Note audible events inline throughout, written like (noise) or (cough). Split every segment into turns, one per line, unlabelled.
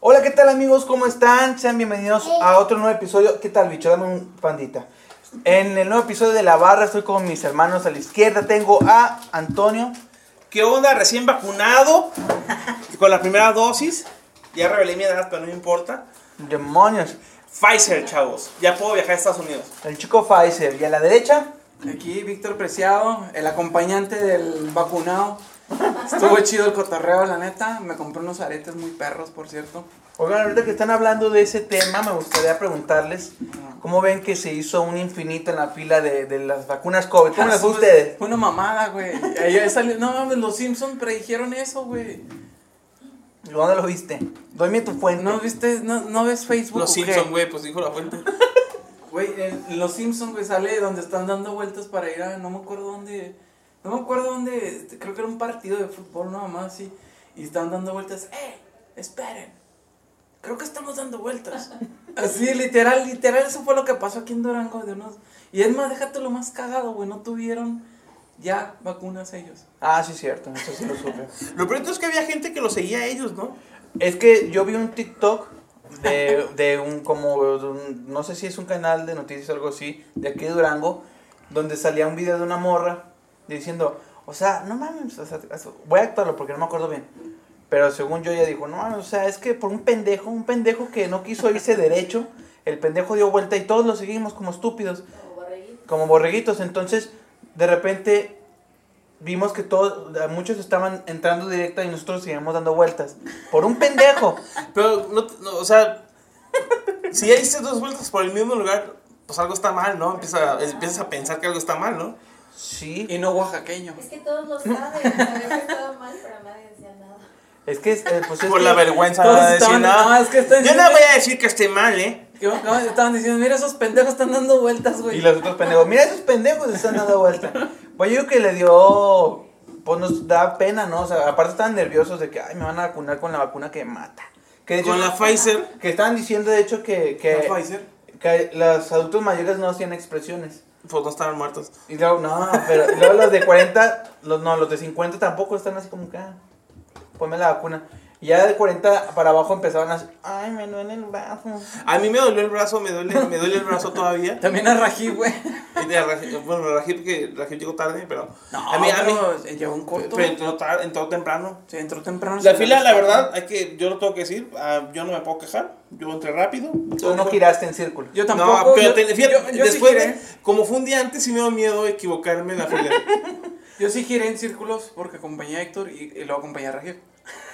Hola, ¿qué tal amigos? ¿Cómo están? Sean bienvenidos a otro nuevo episodio. ¿Qué tal, bicho? Dame un pandita. En el nuevo episodio de La Barra estoy con mis hermanos a la izquierda. Tengo a Antonio.
¿Qué onda? Recién vacunado con la primera dosis. Ya revelé mi edad, pero no me importa.
Demonios.
Pfizer, chavos. Ya puedo viajar a Estados Unidos.
El chico Pfizer. Y a la derecha,
Aquí Víctor Preciado, el acompañante del vacunado. Estuvo chido el cotorreo, la neta. Me compré unos aretes muy perros, por cierto.
Oigan, ahorita que están hablando de ese tema, me gustaría preguntarles cómo ven que se hizo un infinito en la fila de, de las vacunas COVID.
Ah,
¿Cómo les fue a ustedes?
Fue una mamada, güey. Ahí salió- No mames, los Simpsons predijeron eso, güey.
¿Dónde lo viste? Doyme tu fuente.
¿No viste, no, no ves Facebook?
Los
o qué?
Simpson, güey, pues dijo la fuente.
Güey, en los Simpsons, güey, sale donde están dando vueltas para ir a. No me acuerdo dónde. No me acuerdo dónde. este, Creo que era un partido de fútbol, nada más, sí. Y están dando vueltas. ¡Eh! ¡Esperen! Creo que estamos dando vueltas. Así, literal, literal, eso fue lo que pasó aquí en Durango. De unos... Y es más, déjate lo más cagado, güey. No tuvieron ya vacunas ellos.
Ah, sí, cierto. Eso sí lo supe.
Lo pronto es que había gente que lo seguía a ellos, ¿no?
Es que yo vi un TikTok de, (laughs) de un como de un- no sé si es un canal de noticias o algo así de aquí de Durango donde salía un video de una morra diciendo, o sea, no mames, o sea, voy a actuarlo porque no me acuerdo bien. Pero según yo ella dijo, no mames, o sea, es que por un pendejo, un pendejo que no quiso irse derecho, el pendejo dio vuelta y todos lo seguimos como estúpidos como borreguitos. Entonces, de repente vimos que todos, muchos estaban entrando directa y nosotros seguíamos dando vueltas. Por un pendejo.
Pero, no, te- no, o sea, si ya hiciste dos vueltas por el mismo lugar, pues algo está mal, ¿no? Empieza, empiezas a pensar que algo está mal, ¿no?
Sí.
Y no oaxaqueño.
Es que todos lo saben, pero estaba mal, pero nadie decía nada.
Es que, eh, pues es
Por
que-
la vergüenza
Todos
no decir
estaban-
nada.
no, es que están
Yo no
diciendo-
voy a decir que esté mal, ¿eh?
Que acaban- estaban diciendo, mira, esos pendejos están dando vueltas, güey.
Y los otros pendejos. Mira, esos pendejos están dando vueltas. Pues yo creo que le dio. Pues nos da pena, ¿no? O sea, aparte estaban nerviosos de que, ay, me van a vacunar con la vacuna que mata. Que de hecho-
Con la Pfizer.
que estaban diciendo, de hecho, que, que,
¿No, Pfizer?
que los adultos mayores no hacían expresiones.
Pues no estaban muertos.
Y luego, no, pero y luego los de 40, los, no, los de 50 tampoco están así como que, ah, ponme la vacuna. Y ya de 40 para abajo empezaban así, ay, me duele el bajo.
A mí me dolió el brazo, me duele, me duele el brazo todavía.
También a Rají, güey.
Y de Raj- bueno, Rajib, que Rajib llegó tarde, pero.
No,
a mí, a mí.
pero llegó un corto.
Pero entró, tar- entró temprano.
Se entró temprano.
La
se
fila, la
lanzó.
verdad, hay que, yo lo tengo que decir, ah, yo no me puedo quejar. Yo entré rápido.
Tú no giraste en círculo.
Yo tampoco.
No, pero
yo,
te- fíjate,
yo- yo
después,
sí
de-
giré,
como fue un día antes, sí me dio miedo equivocarme en la
(laughs)
fila.
yo sí giré en círculos porque acompañé a Héctor y, y luego acompañé a Regio.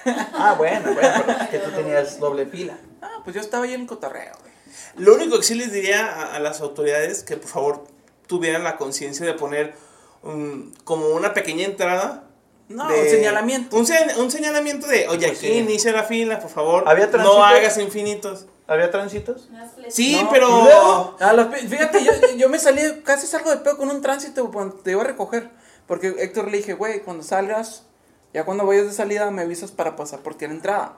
Ah, bueno, bueno, pero es que tú tenías doble fila.
Ah, pues yo estaba ahí en el cotorreo, güey.
Lo único que sí les diría a, a las autoridades que por favor tuvieran la conciencia de poner um, como una pequeña entrada.
No,
de-
un señalamiento.
Un, se- un señalamiento de, oye,
Pues
aquí
sí.
inicia la fila, por favor.
¿Había tránsito?
no hagas infinitos.
¿Había tránsitos?
Más flexible.
Sí,
No,
pero.
¿y luego?
A la pi- fíjate, yo, yo me salí, casi salgo de pedo con un tránsito cuando te iba a recoger. Porque Héctor le dije, güey, cuando salgas, ya cuando vayas de salida, me avisas para pasar por ti a la entrada.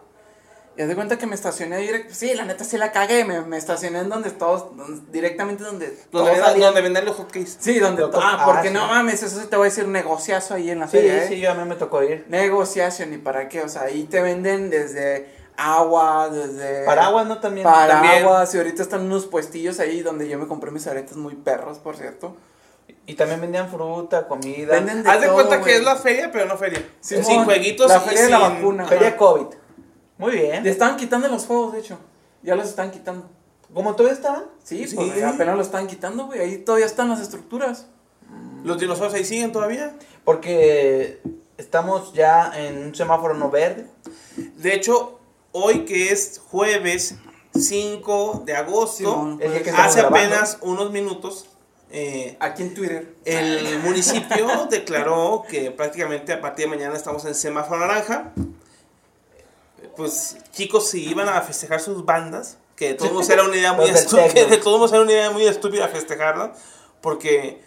Y haz de cuenta que me estacioné directo. Sí, la neta sí la cagué. Me, me estacioné en donde todos, donde- directamente donde. todos
Donde, venden,
salían.
donde venden los hotcakes.
Sí, donde.
Loco.
Ah, porque
Ah,
no
sí.
mames, eso sí te voy a decir negociazo ahí en la
Ah, Sí,
feria. ¿eh?
sí, yo a mí me tocó ir.
Negociación, ¿y para qué? O sea, ahí te venden desde agua, desde.
Paraguas, ¿no? También.
Paraguas, y ahorita están unos puestillos ahí donde yo me compré mis aretes muy perros, por cierto.
Y también vendían fruta, comida.
Venden de
Haz de
todo,
cuenta que
güey.
es la feria, pero no feria.
Simón,
sin jueguitos
la
y
feria de la
sin-
vacuna.
Feria-
Feria COVID. Muy
Le
bien.
estaban quitando los juegos, de hecho. Ya los están quitando.
¿Cómo todavía estaban?
Sí,
Sí.
pues apenas los están quitando, güey. Ahí todavía están las estructuras.
Los dinosaurios ahí siguen todavía.
Porque estamos ya en un semáforo no verde.
De hecho, hoy que es jueves 5 de agosto,
Simón.
El día que estamos
Pues, hace
grabando.
apenas unos minutos, eh,
Aquí en Twitter.
el municipio declaró que prácticamente a partir de mañana estamos en semáforo naranja. Pues chicos, si iban a festejar sus bandas, que de todos modos era una idea muy
Los del
estúpida,
tecno.
de todos modos era una idea muy estúpida festejarla, porque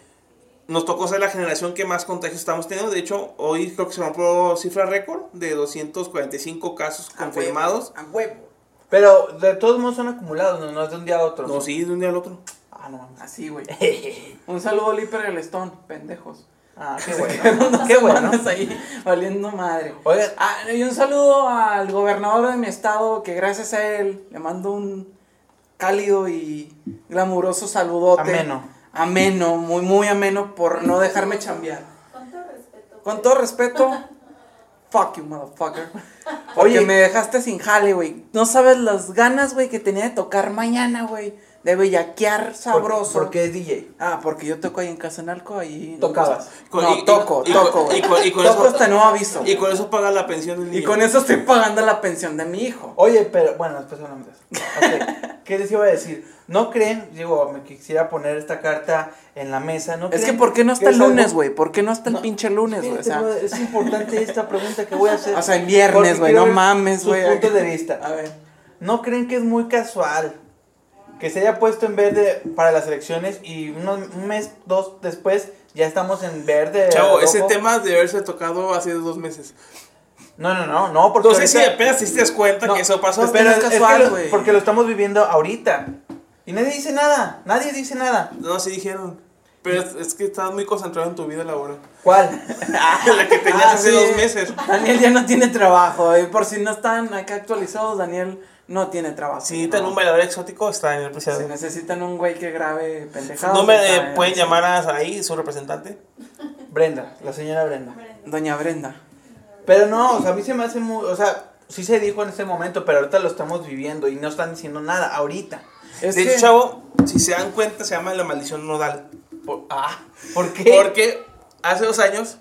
nos tocó ser la generación que más contagios estamos teniendo. De hecho, hoy creo que se rompió cifra récord de 245 casos
Ah,
confirmados.
A huevo.
Pero de todos modos son acumulados, no, No es de un día a otro.
No, sí, de un día al otro.
Ah, no mames. (laughs)
Así, güey. Un saludo al hiper y al Stone, pendejos.
Ah, qué
Se (laughs)
bueno.
quedaron dos
Qué bueno.
semanas ahí valiendo madre.
Oigan,
Ah, y un saludo al gobernador de mi estado, que gracias a él le mando un cálido y glamuroso saludote.
ameno.
Ameno, muy, muy ameno por no dejarme chambear.
Con todo respeto.
Con todo respeto, fuck you, motherfucker. Oye,
Oye.
me dejaste sin jale, güey. No sabes las ganas, güey, que tenía de tocar mañana, güey. De bellaquear sabroso.
¿Por, porque es DJ.
Ah, porque yo toco ahí en Casa Nalco, ahí.
Tocabas.
Con-
no,
y- y-
toco,
y-
toco,
y-
güey.
y con- y con
toco
eso-
hasta nuevo aviso.
Y con eso paga la pensión del niño.
Y con eso estoy pagando la pensión de mi hijo.
Oye, pero bueno, después hablamos de eso.
(laughs)
Ok, ¿Qué les iba a decir? ¿No creen? Digo, me quisiera poner esta carta en la mesa. ¿no
Es que
creen
¿por qué no hasta el
es algo-
lunes, güey? ¿Por qué no hasta el
No,
pinche lunes, güey? O
Espérate,
sea,
brother, es importante esta pregunta que voy a hacer.
(laughs) o sea, en viernes,
porque
güey.
quiero
No
ver
mames,
sus
güey.
puntos de vista.
A ver.
¿No creen que es muy casual que se haya puesto en verde para las elecciones y unos, un mes, dos después ya estamos en verde?
Chavo,
rojo?
ese tema debe haberse tocado hace dos meses.
No, no, no, no, porque.
No sé si
ahorita-
apenas te diste cuenta
No,
que eso pasó.
pero
espera.
es,
es
que
casual,
lo-
güey.
porque lo estamos viviendo ahorita. Y nadie dice nada, nadie dice nada.
No, sí dijeron. Pero es, es que estabas muy concentrado en tu vida laboral.
¿Cuál?
la que tenías
Ah,
hace
sí.
dos meses.
Daniel ya no tiene trabajo. Y por si no están acá actualizados, Daniel no tiene trabajo.
Si necesitan
No.
un bailador exótico, está en el
Si
preciado.
necesitan un güey que grabe pendejadas.
No me
está
eh,
en-
pueden llamar a Saraí, su representante.
Brenda, la señora Brenda.
Brenda.
Doña Brenda.
Pero no, o sea, a mí se me hace muy. O sea, sí se dijo en ese momento, pero ahorita lo estamos viviendo y no están diciendo nada, ahorita.
Es
de
que-
hecho, chavo, si se dan cuenta, se llama la maldición nodal.
Por- ah, ¿por qué?
Porque hace dos años,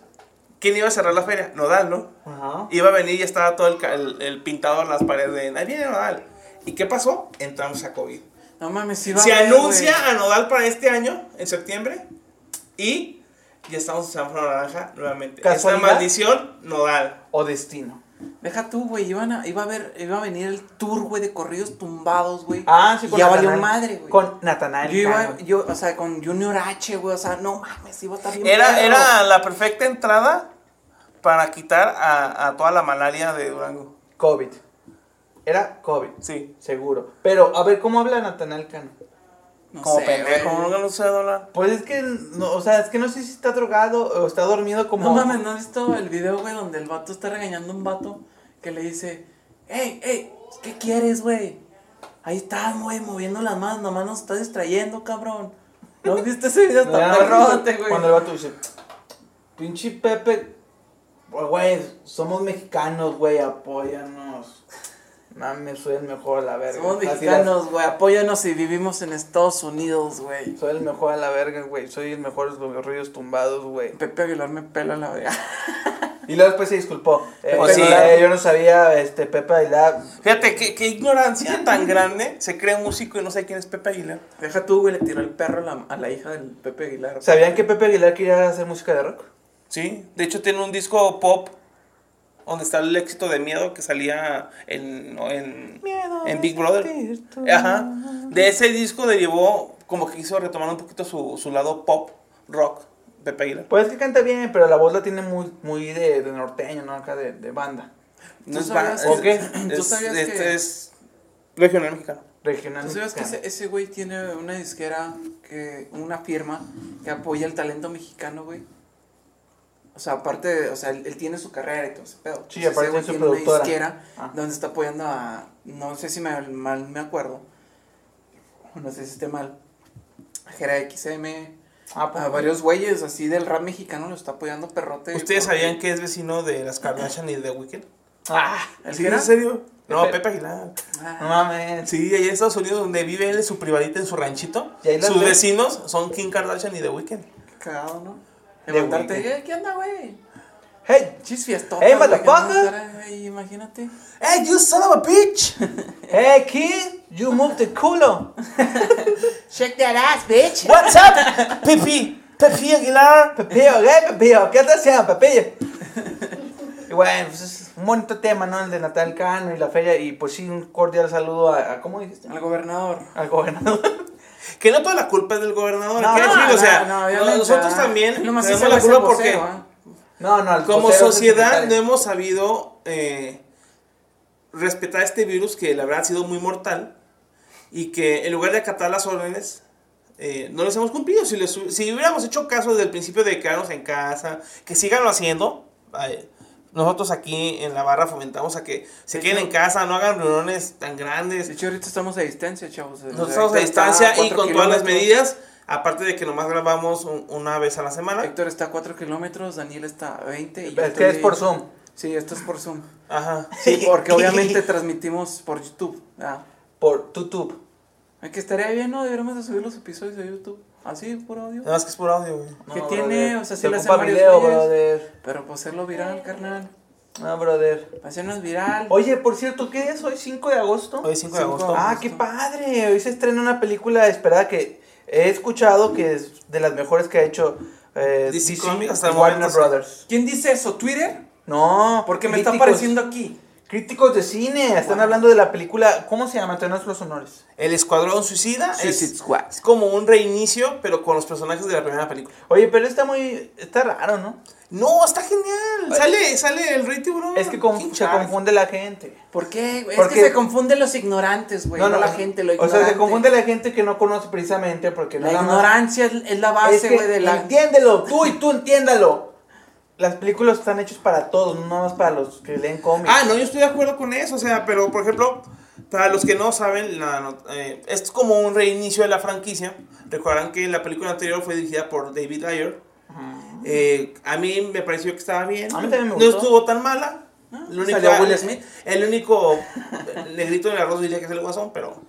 ¿quién iba a cerrar la feria? Nodal, ¿no?
Ajá.
Iba a venir y estaba todo el, ca- el, el pintado en las paredes de. Ahí viene Nodal. ¿Y qué pasó? Entramos a COVID.
No mames, si va
Se
a haber,
anuncia
güey.
a Nodal para este año, en septiembre. Y ya estamos en San Naranja nuevamente. Esta
¿Casualidad?
maldición, Nodal.
O destino.
Deja tú, güey. Iban a, iba, a ver, iba a venir el tour, güey, de corridos tumbados, güey.
Ah, sí,
Y
con
ya valió
Natanael-
madre, güey.
Con Natanael.
Yo iba,
Cano.
yo, o sea, con Junior H, güey, o sea, no mames, iba a estar bien.
Era,
perro.
era la perfecta entrada para quitar a, a toda la malaria de Durango.
COVID. Era COVID,
Sí.
seguro. Pero, a ver, ¿cómo habla Natanael Cano?
No
Como
sé,
pendejo,
güey.
no lo sé hablar.
Pues es que, no, o sea, es que no sé si está drogado o está dormido como...
No mames, ¿no has visto el video, güey, donde el vato está regañando a un vato que le dice, hey, hey, ¿qué quieres, güey? Ahí estás, güey, moviendo las manos, nomás nos está distrayendo, cabrón. ¿No has visto ese video?
Ya, (laughs)
Está perrote, güey.
Cuando el vato dice, pinche Pepe, oh, güey, somos mexicanos, güey, apóyanos. Mames, soy el mejor a la verga.
Somos
Así las-
mexicanos, güey, apóyanos y vivimos en Estados Unidos, güey.
Soy el mejor a la verga, güey. Soy el mejor de los ruidos tumbados, güey.
Pepe Aguilar me pela la verga.
Y luego después se disculpó. Eh,
Pues
Pepe
sí.
Aguilar, yo no sabía, este, Pepe Aguilar.
Fíjate, qué, qué ignorancia
(laughs)
tan grande. Se cree músico y no sé quién es Pepe Aguilar.
(laughs) Deja tú, güey, le tiró el perro a la, a la hija del Pepe Aguilar.
¿Sabían que Pepe Aguilar quería hacer música de rock?
Sí, de hecho tiene un disco pop donde está el éxito de Miedo que salía en, no, en, en Big Brother. Ajá. De ese disco derivó, como que quiso retomar un poquito su, su lado pop rock, Pepe Aguilar.
Pues es que canta bien, pero la voz la tiene muy, muy de, de norteño, ¿no? Acá de, de banda.
No
¿Tú
es ba-
sabías
es-
que-
¿O qué?
¿Tú
es-
sabías
este
que-
es regional mexicano.
Regional.
¿Tú sabes que
mexicano.
ese, ese güey tiene una disquera, que una firma que apoya el talento mexicano, güey? O sea, aparte, de- o sea, él, él tiene su carrera y todo ese pedo.
Sí,
Entonces, ese
aparte
güey
es su
tiene una
productora.
disquera
Ah.
donde está apoyando a, no sé si me- mal me acuerdo, no sé si esté mal, a Jera XM,
Ah, pues,
a varios güeyes así del rap mexicano lo está apoyando perrote.
¿Ustedes
porque-
sabían que es vecino de las Kardashian y de The Weeknd?
Ah,
¿El
¿Sí,
Jera?
¿En serio? No,
Pepe-
Pepe Aguilar.
no
Ah,
mames.
Sí, allá en Estados Unidos, donde vive él, su privadita en su ranchito.
Y ahí las
Sus
ves.
vecinos son Kim Kardashian y The Weeknd.
qué cagado, ¿no?
De
Levantarte,
Weeknd.
"Eh, ¿qué onda, güey?
Hey,
Chis fiestota.
Hey,
güey, que vamos a
motherfucker.
estar ahí, Imagínate.
¡Hey, you son of a bitch!
(laughs) hey, kid, you move the
(laughs)
culo.
Check that ass, bitch.
What's (laughs) up, Pepe? Pepe Aguilar.
Pepillo, hey, Pepillo, ¿qué te hacían, Pepillo? Y bueno, pues es un bonito tema, ¿no? El de Natal Cano y la feria. Y pues sí, un cordial saludo a. a- ¿Cómo dijiste?
Al gobernador.
Al gobernador. (laughs)
Que no toda la culpa es del gobernador.
No,
¿qué
no,
decir? o sea,
no, no,
no,
obviamente,
nosotros
ah,
también
nomás
tenemos
ese
la
güey es
culpa
el
porque
vocero, ¿ah?
No, no, al
como
vocero es el
sociedad no
secretario.
hemos sabido eh, respetar este virus que la verdad ha sido muy mortal y que en lugar de acatar las órdenes eh, no les hemos cumplido. Si, les, hu- si hubiéramos hecho caso desde el principio de quedarnos en casa, que sigan lo haciendo, ay, nosotros aquí en la barra fomentamos a que se
De
queden
hecho-
en casa, no hagan reuniones tan
De
grandes.
hecho, ahorita estamos a distancia, chavos.
Nosotros
O
estamos a
sea, Héctor está
distancia y
cuatro
con todas las
kilómetros.
medidas, aparte de que nomás grabamos un- una vez a la semana.
Héctor está a 4 kilómetros, Daniel está a 20. y yo
Es que es
estoy-
por Zoom.
Sí, esto es
(laughs)
por Zoom.
Ajá.
Sí,
(laughs)
porque obviamente transmitimos por YouTube. Ah,
Por YouTube.
es que estaría bien, ¿no? Deberíamos de subir los episodios a YouTube. Así, por audio.
Nada más que es por audio, güey.
No,
¿Qué tiene? O sea, sí
se
le hacen
ocupa
varios
video,
güeyes.
brother.
Pero pues hacerlo viral, carnal.
No, brother.
Hacernos viral.
Oye, por cierto, ¿qué es hoy? ¿5 de agosto?
Hoy es 5 de
Cinco.
agosto.
Ah, qué padre. Hoy se estrena una película esperada que he escuchado que es de las mejores que ha hecho eh,
DC
DC,
Comics hasta
y
el
Warner
momento, sí.
Brothers.
¿Quién dice eso? ¿Twitter?
No,
Porque me está
críticos-
apareciendo aquí.
Críticos de cine, están
Wow.
hablando de la película, ¿cómo se llama? Tenemos los honores.
El Escuadrón Suicida
Suicide
es,
Squad.
es como un reinicio, pero con los personajes de la primera película.
Oye, pero está muy, está raro, ¿no?
No, está genial. Sale, sale el rey tiburón.
Es que con-
King
se
Shark.
confunde la gente.
¿Por qué? güey?
Porque-
Es que se confunden los ignorantes, güey. No, la gente, lo
O sea, se
ignorante.
confunde la gente que no conoce precisamente porque
La
nada más-
ignorancia es, es la
Es
base,
que
güey, de la...
Entiéndelo, tú y tú entiéndalo. Las películas están hechas para todos, no nada más para los que leen cómics.
Ah, no, yo estoy de acuerdo con eso. O sea, pero por ejemplo, para los que no saben, la no- eh, es como un reinicio de la franquicia. Recuerdan que la película anterior fue dirigida por David Ayer. Eh, a mí me pareció que estaba bien.
A mí también me
No
gustó. Ah,
estuvo tan mala. El
salió Will Smith.
El único negrito en el arroz diría que es el guasón, pero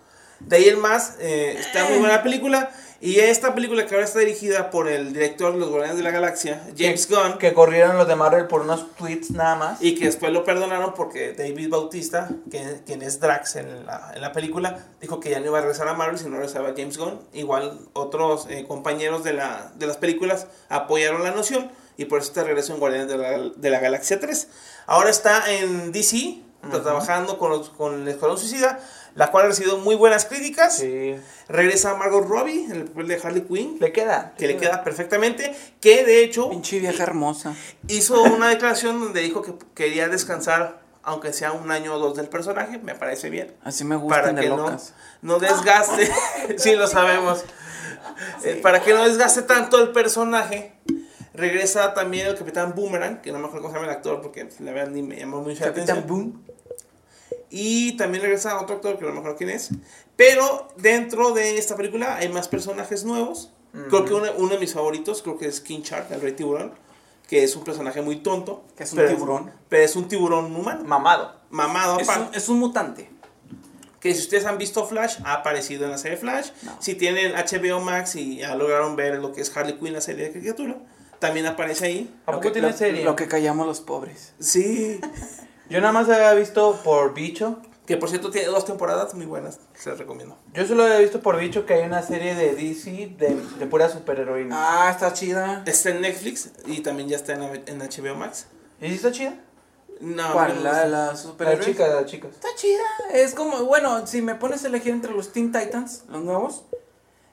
de ahí en más eh, está muy buena la película. Y esta película que ahora está dirigida por el director de Los Guardianes de la Galaxia, James
Que-
Gunn.
Que corrieron los de Marvel por unos tweets nada más.
Y que después lo perdonaron porque David Bautista, que, quien es Drax en la, en la película, dijo que ya no iba a regresar a Marvel, sino regresaba a James Gunn. Igual otros eh, compañeros de, la, de las películas apoyaron la noción y por eso está regreso en Guardianes de la, de la Galaxia 3. Ahora está en DC, está trabajando con, los- con el Escuadrón Suicida, la cual ha recibido muy buenas críticas.
Sí.
Regresa Margot Robbie en el papel de Harley Quinn,
Le queda.
que le queda perfectamente, que de hecho
Pinche vieja hermosa.
hizo una declaración donde dijo que quería descansar, aunque sea un año o dos del personaje, me parece bien.
Así me
Para
gustan de
que no,
locas.
no desgaste, (laughs) sí lo sabemos, Eh, para que no desgaste tanto el personaje. Regresa también el Capitán Boomerang, que no me acuerdo cómo se llama el actor, porque la verdad ni me llamó mucho la
Capitán
atención.
Boom.
Y también regresa otro actor que no me acuerdo quién es. Pero dentro de esta película hay más personajes nuevos. Creo que uno, uno de mis favoritos, creo que es King Shark, el rey tiburón. Que es un personaje muy tonto.
Que es un
pero
tiburón.
pero es un tiburón humano.
Mamado.
Mamado
Es
aparte.
un, es un mutante.
Que si ustedes han visto Flash, ha aparecido en la serie Flash.
No.
Si tienen HBO Max y ya lograron ver lo que es Harley Quinn, la serie de caricatura, también aparece ahí.
¿A
Lo
poco
que-
tiene
lo-
serie?
Lo que callamos los pobres.
Sí.
Yo nada más había visto por bicho.
que por cierto tiene dos temporadas muy buenas. Se las recomiendo.
Yo solo había visto por bicho que hay una serie de DC de, de pura superheroína.
Ah, está chida.
Está en Netflix y también ya está en, en HBO Max.
¿Y si está chida?
No,
¿Cuál?
Ah, no, no.
La, la
Pero
superhéroe.
las chicas, las chicas.
Está chida. Es como, bueno, si me pones a elegir entre los Teen Titans, los nuevos,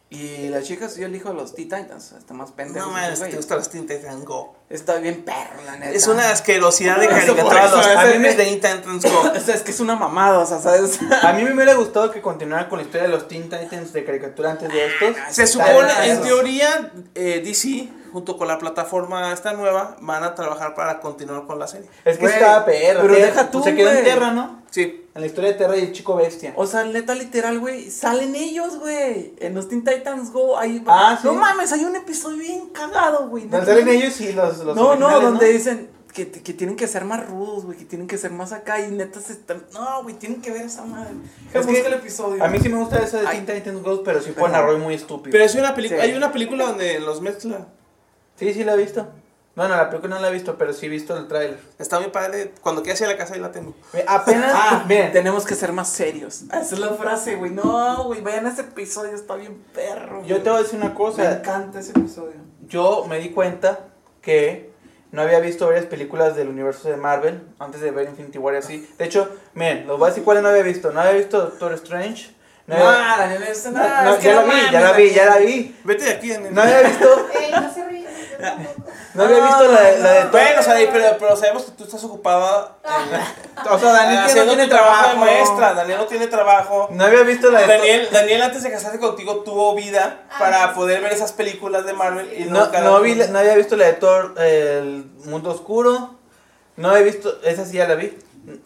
y las chicas, yo elijo los Teen Titans. Está más pendejo.
No mames, te gustan las tintas de Go.
Está bien perro, la neta.
Es una
(laughs)
asquerosidad de
Eso
caricatura.
por eso,
Los
eso
animes
es-
de Tintas Go.
(laughs) O sea, es que es una mamada, o sea, ¿sabes? (laughs)
A mí me hubiera gustado que continuaran con la historia de los Teen Titans de caricatura antes de estos.
Ah, Se
Está
supone,
bien,
en
eso.
teoría, eh, DC, junto con la plataforma esta nueva, van a trabajar para continuar con la serie.
Es que
Güey,
estaba perra.
pero
Terra-
deja tú,
Se quedó en
güey.
Terra, ¿no?
Sí.
En la historia de Terra y el chico bestia.
O sea, neta, literal, güey, salen ellos, güey. En los Teen Titans Go, ahí
Ah, ¿sí?
No mames, hay un episodio bien cagado, güey.
Donde salen ellos y los. los
No, no,
originales,
donde dicen que, que tienen que ser más rudos, güey, que tienen que ser más acá y neta se están... No, güey, tienen que ver esa madre.
Es
Busca
que
el episodio.
A mí sí me gusta esa de
Ay.
Teen Titans Go, pero sí
Pero-
ponen a Roy muy estúpido.
Pero es una película,
Sí.
hay una película donde los mezclan.
Sí, sí la he visto. Bueno, la película no la he visto, pero sí he visto el tráiler.
Está muy padre. Cuando quede hacia la casa, ahí la tengo.
Ve, Apenas,
Ah,
miren,
tenemos que ser más serios. Esa es la frase, güey. No, güey, vayan a ese episodio, está bien perro.
yo
güey.
te voy a decir una
Me
cosa.
encanta ese episodio.
Yo me di cuenta que no había visto varias películas del universo de Marvel antes de ver Infinity War y así. De hecho, miren, los voy a decir cuáles no había visto. No había visto Doctor Strange. No, había-
Daniel, eso
no, no,
Ah, es que
ya la
no
vi, ya
mames,
la vi, ya la
Daniel.
vi.
Vete de aquí, Daniel.
No había visto
Ey, no se ríe. yo
(laughs)
tampoco.
No había visto la, de- la de Thor.
Bueno, o sea, y- pero, pero sabemos que tú estás ocupada Ah,
O sea, Daniel que no
Ah,
haciendo
tiene
tu trabajo,
trabajo.
de maestra. Daniel no tiene trabajo.
No había visto la de Thor.
Daniel, Daniel antes de casarse contigo tuvo vida
Ah,
para
sí.
poder ver esas películas de Marvel y
No,
nunca
no
las-
vi la- no había visto la de Thor, eh, el mundo oscuro. No he visto, esa sí ya la vi.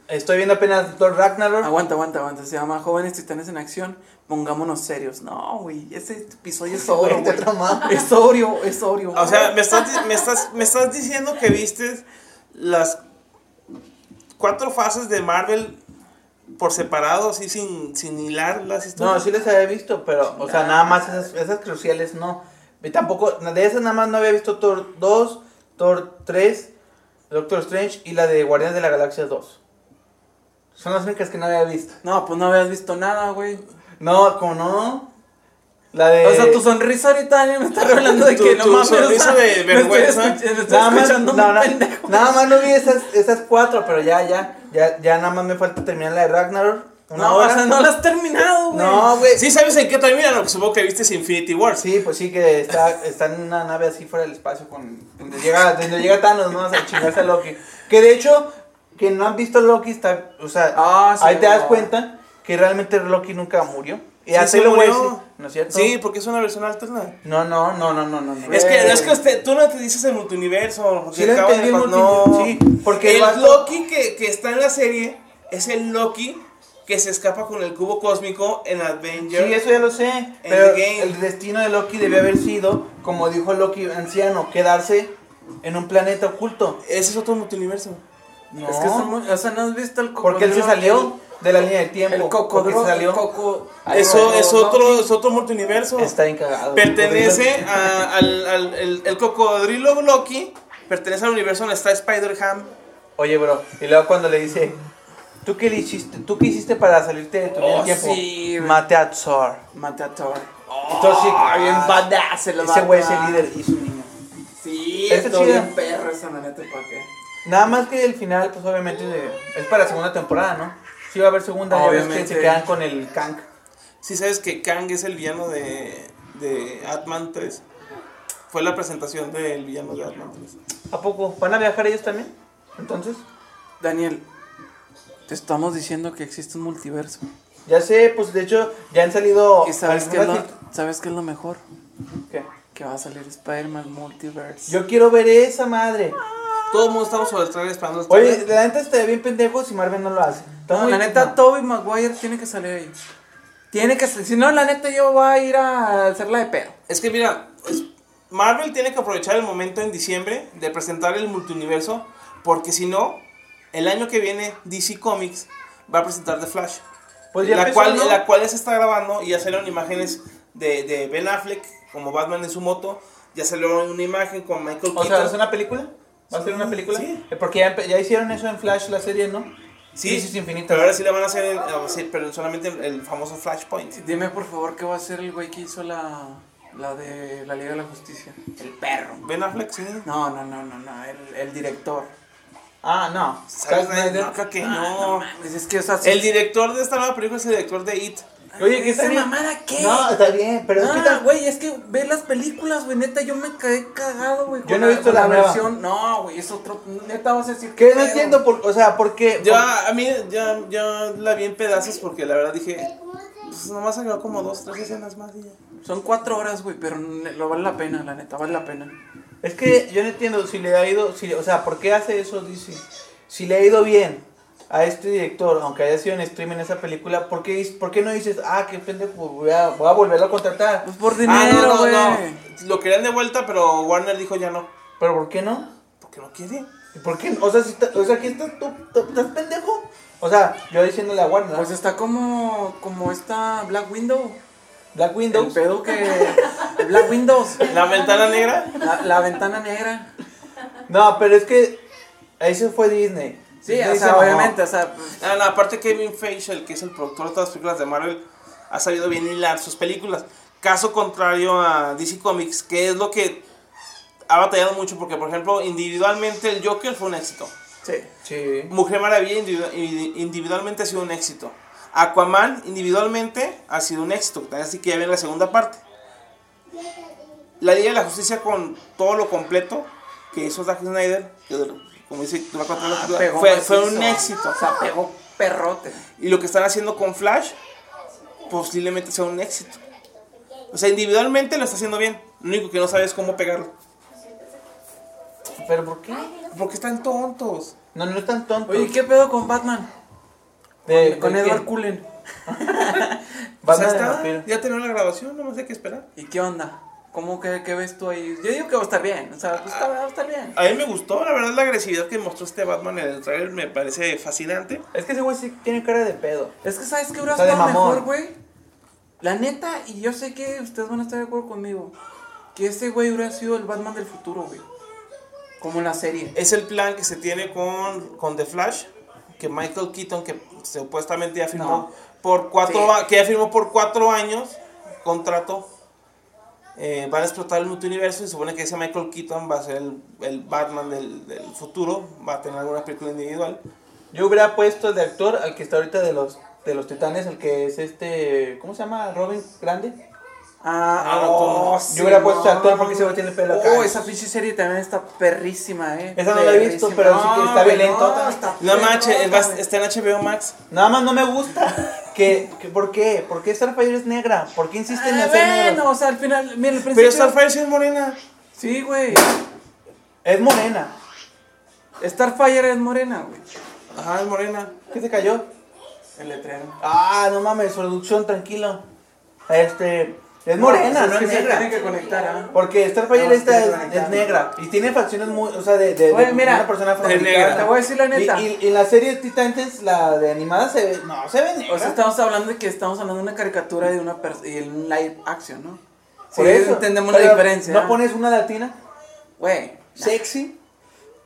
Estoy viendo apenas Thor Ragnarok.
Aguanta, aguanta, aguanta. Se llama Jóvenes Titanes en Acción. Pongámonos serios. No, güey. Ese episodio es
Güey,
sobrio.
está
güey.
tramado.
Es sobrio, es sobrio.
O sea, me estás, di- me estás, me estás diciendo que viste las cuatro fases de Marvel por separado, así sin, sin hilar las
No,
historias.
sí las había visto, pero, o sea, nada más esas, esas cruciales no. Y tampoco, de esas nada más no había visto Thor 2, Thor 3, Doctor Strange y la de Guardianes de la Galaxia 2. Son las únicas que no había visto.
No, pues no habías visto nada, güey.
No, como no. La de.
O sea, tu sonrisa ahorita Daniel, me está revelando de
Tu-
que no
tu
mames.
sonrisa
o sea,
de
me
vergüenza.
estoy escuch- me estoy
Nada más,
escuchando
no,
un
na-
pendejo.
nada más no vi esas, esas cuatro, pero ya, ya, ya, ya nada más me falta terminar la de Ragnarok. Una
No, o
hora.
sea, no lo has terminado, güey.
No, güey. Sí.
Sí, ¿sabes en qué termina? Lo que supongo que viste es Infinity War.
pues sí que está, está en una nave así fuera del espacio con donde llega, donde llega Thanos, ¿no? O sea, chingarse a Loki. Que de hecho, que no han visto Loki está, o sea,
Ah, sí,
ahí te
no.
das cuenta que realmente Loki nunca murió. Y
Sí,
así
sí
lo voy a
murió.
decir, ¿no es cierto?
Sí, porque es una versión alterna.
No, no, no, no, no, no. no.
Es que,
Güey.
es que usted, tú no te dices el multiverso. porque
Sí lo
acabas de
entendí, el
pas-
multi-
no.
sí, porque
el
el vato-
Loki que, que está en la serie es el Loki que se escapa con el cubo cósmico en Avengers.
Sí, eso ya lo sé. Pero
Endgame.
el destino de Loki debió haber sido, como dijo Loki anciano, quedarse en un planeta oculto.
Ese es otro multiverso.
No,
Es que son muy- o sea, no has visto el cocodrilo.
porque él se salió de la línea del tiempo.
El
porque
cocodrilo.
se salió.
El coco.
Eso
Ay,
es
no,
otro, es otro multiverso.
Está bien cagado.
Pertenece a- al, al- el, el cocodrilo Loki. Pertenece al universo donde está Spider-Ham.
Oye, bro, y luego cuando le dice, ¿tú qué le hiciste? ¿Tú qué hiciste para salirte de tu línea del
Oh,
tiempo?
sí, güey.
Mate a Thor.
Mata a Thor. Ah,
Entonces,
bien badass el
ese güey es
vato.
el ah. líder y su niño.
Sí,
Está
estuvo
chida.
bien perro esa maneta, ¿para qué?
Nada más que el final, pues obviamente de- es para segunda temporada, ¿no? Sí va a haber segunda, ya ves que
Obviamente.
se quedan con el Kank.
Si sabes que Kang es el villano de, de Atman 3. Fue la presentación del villano de Atman 3.
¿A poco? ¿Van a viajar ellos también? Entonces,
Daniel, te estamos diciendo que existe un multiverso.
ya sé, pues de hecho, ya han salido.
¿Y sabes qué, es lo,
algunas
sabes qué es lo mejor?
hist- ¿Qué?
Que va a salir Spider-Man Multiverse.
Yo quiero ver esa madre.
Ah,
Todo el mundo estamos sobre el trailer esperando el
Oye,
trailer.
la neta está bien pendejo si Marvel no lo hace. Está
No,
muy-
la neta,
no.
Tobey Maguire tiene que salir ahí. Tiene que salir. Si no, la neta, yo voy a ir a hacerla de pedo.
Es que mira, es- Marvel tiene que aprovechar el momento en diciembre de presentar el multiuniverso. Porque si no, el año que viene DC Comics va a presentar The Flash.
Pues ya
la,
empezó,
cual,
¿no?
la cual ya se está grabando y ya salieron imágenes de, de Ben Affleck como Batman en su moto. Ya salió una imagen con Michael
O
Keaton.
sea, ¿es una película? ¿Va a ser una película?
Sí.
Eh, Porque ya, empe- ya hicieron eso en Flash, la serie, ¿no? Crisis Infinita.
Pero ahora sí la van a hacer, en- ah, sí, pero solamente en el famoso Flashpoint.
Dime, por favor, qué va a ser el güey que hizo la, la de la Liga de la Justicia. El perro.
Ben Affleck, sí.
No, no, no, no, no. El, el director.
Ah,
Ah,
no.
¿Sabes?
Zack Snyder.
No, creo que
No,
no.
mames, es que, o sea, si-
El director de esta nueva película es el director de It.
Oye, ¿qué
¿Esa
está bien?
mamada qué?
No, está bien, pero es que
Ah,
tal-
güey, es que ve las películas, güey, neta, yo me quedé cagado, güey.
Yo
con
no he visto
con
la nueva.
versión. No, güey, es otro, neta, vas a decir.
Que no
pedo.
entiendo, por, o sea, ¿por qué?
Yo a a mí ya, ya la vi en pedazos porque la verdad dije, pues nomás salió como dos, tres escenas más y ya.
Son cuatro horas, güey, pero ne- lo vale la pena, la neta, vale la pena.
Es que yo no entiendo si le ha ido, si, o sea, ¿por qué hace eso? Dice, si le ha ido bien a este director, aunque haya sido en streaming esa película, ¿por qué, dices- por qué no dices, ah, qué pendejo, voy a, voy a volverlo a contratar?
Pues por
Ah,
dinero, güey.
Lo querían de vuelta, pero Warner dijo ya no.
Pero ¿por qué no?
Porque no quiere.
¿Y ¿Por qué? no? O sea, si está- o sea aquí estás tú, tú- estás pendejo. O sea, yo diciéndole a Warner,
Pues está como, como esta Black Window.
Black
El
Windows,
pedo que. Black Windows.
La ventana negra.
La, la ventana negra.
no, pero es que ahí se fue Disney.
Sí,
Disney
o
se
sea,
mamó.
obviamente, o sea. pues,
Ah, no, aparte Kevin Feige, el que es el productor de todas las películas de Marvel, ha sabido bien hilar sus películas. Caso contrario a DC Comics, que es lo que ha batallado mucho, porque por ejemplo, individualmente el Joker fue un éxito.
Sí.
Sí.
Mujer Maravilla individu- indi- individualmente ha sido un éxito. Aquaman individualmente ha sido un éxito. Así que ya viene la segunda parte. La Liga de la Justicia con todo lo completo que hizo Zack Snyder, que, como dice, tú me contaste,
Ah, pegó
fue,
macizo.
fue un éxito.
O sea, pegó perrote.
Y lo que están haciendo con Flash posiblemente sea un éxito. O sea, individualmente lo está haciendo bien. Lo único que no sabe es cómo pegarlo.
¿Pero por qué?
Porque están tontos.
No, no es tan tonto.
Oye, ¿qué pedo con Batman?
De-
Eh, con
de
Edward
qué?
Cullen.
O
Batman
sea,
de
está-
vampiro.
ya terminó la grabación, no más hay que esperar.
¿Y qué onda? ¿Cómo que qué ves tú ahí? Yo digo que va a estar bien. O sea, pues, está- va a estar bien.
A mí me gustó, la verdad, la agresividad que mostró este Batman en el trailer me parece fascinante.
Es que ese güey sí tiene cara de pedo.
Es que, ¿sabes qué hubiera
Está de
estado mejor,
mamón.
güey? La neta, y yo sé que ustedes van a estar de acuerdo conmigo, que ese güey hubiera sido el Batman del futuro, güey. Como en la serie.
Es el plan que se tiene con, con The Flash, que Michael Keaton, que supuestamente ya firmó
No.
por cuatro,
Sí.
a- que ya firmó por cuatro años contrato, eh, van a explotar el multiverso y se supone que ese Michael Keaton va a ser el, el Batman del, del futuro, va a tener alguna película individual.
Yo hubiera puesto de actor al que está ahorita de los de los titanes, el que es este. ¿Cómo se llama? Robin Grande.
Ah,
Ah, no, tú no.
Yo hubiera puesto
Simón.
actor porque ese güey tiene pelo acá.
Oh, esa pinche serie también está perrísima, eh.
Esa no la he visto,
Perrísima.
pero sí que está
güey,
violentota.
está
No manches,
perrota,
es más,
güey.
está en HBO Max.
Nada más no me
(laughs)
gusta. Que, que- ¿Por qué? ¿Por qué Starfire es negra? ¿Por qué insisten este en
Ah,
hacer negro?
bueno, o sea, al final, mira, al
Pero
principio.
Starfire sí es morena.
Sí, güey.
Es morena.
Starfire es morena, güey.
Ajá, es morena.
¿Qué se cayó?
El letrero.
Ah, no mames, producción, tranquilo. Este. Es morena, no,
es que
es
se
negra.
Tiene que conectar, ¿ah?
Porque Starfire
No,
esta
sí,
es,
conectado.
es negra y tiene facciones muy, o sea, de, de, de
Oye, mira,
una persona afroamericana.
negra. Te
voy a decir la neta.
Y, y- y la serie de Titans, la de animada, se ve, no, se ve negra.
O sea, estamos hablando de que estamos hablando de una caricatura de una pers- y un live action, ¿no?
Por
sí,
eso.
entendemos
Pero
la diferencia.
¿No
¿ah?
pones una latina
Güey,
¿eh? sexy?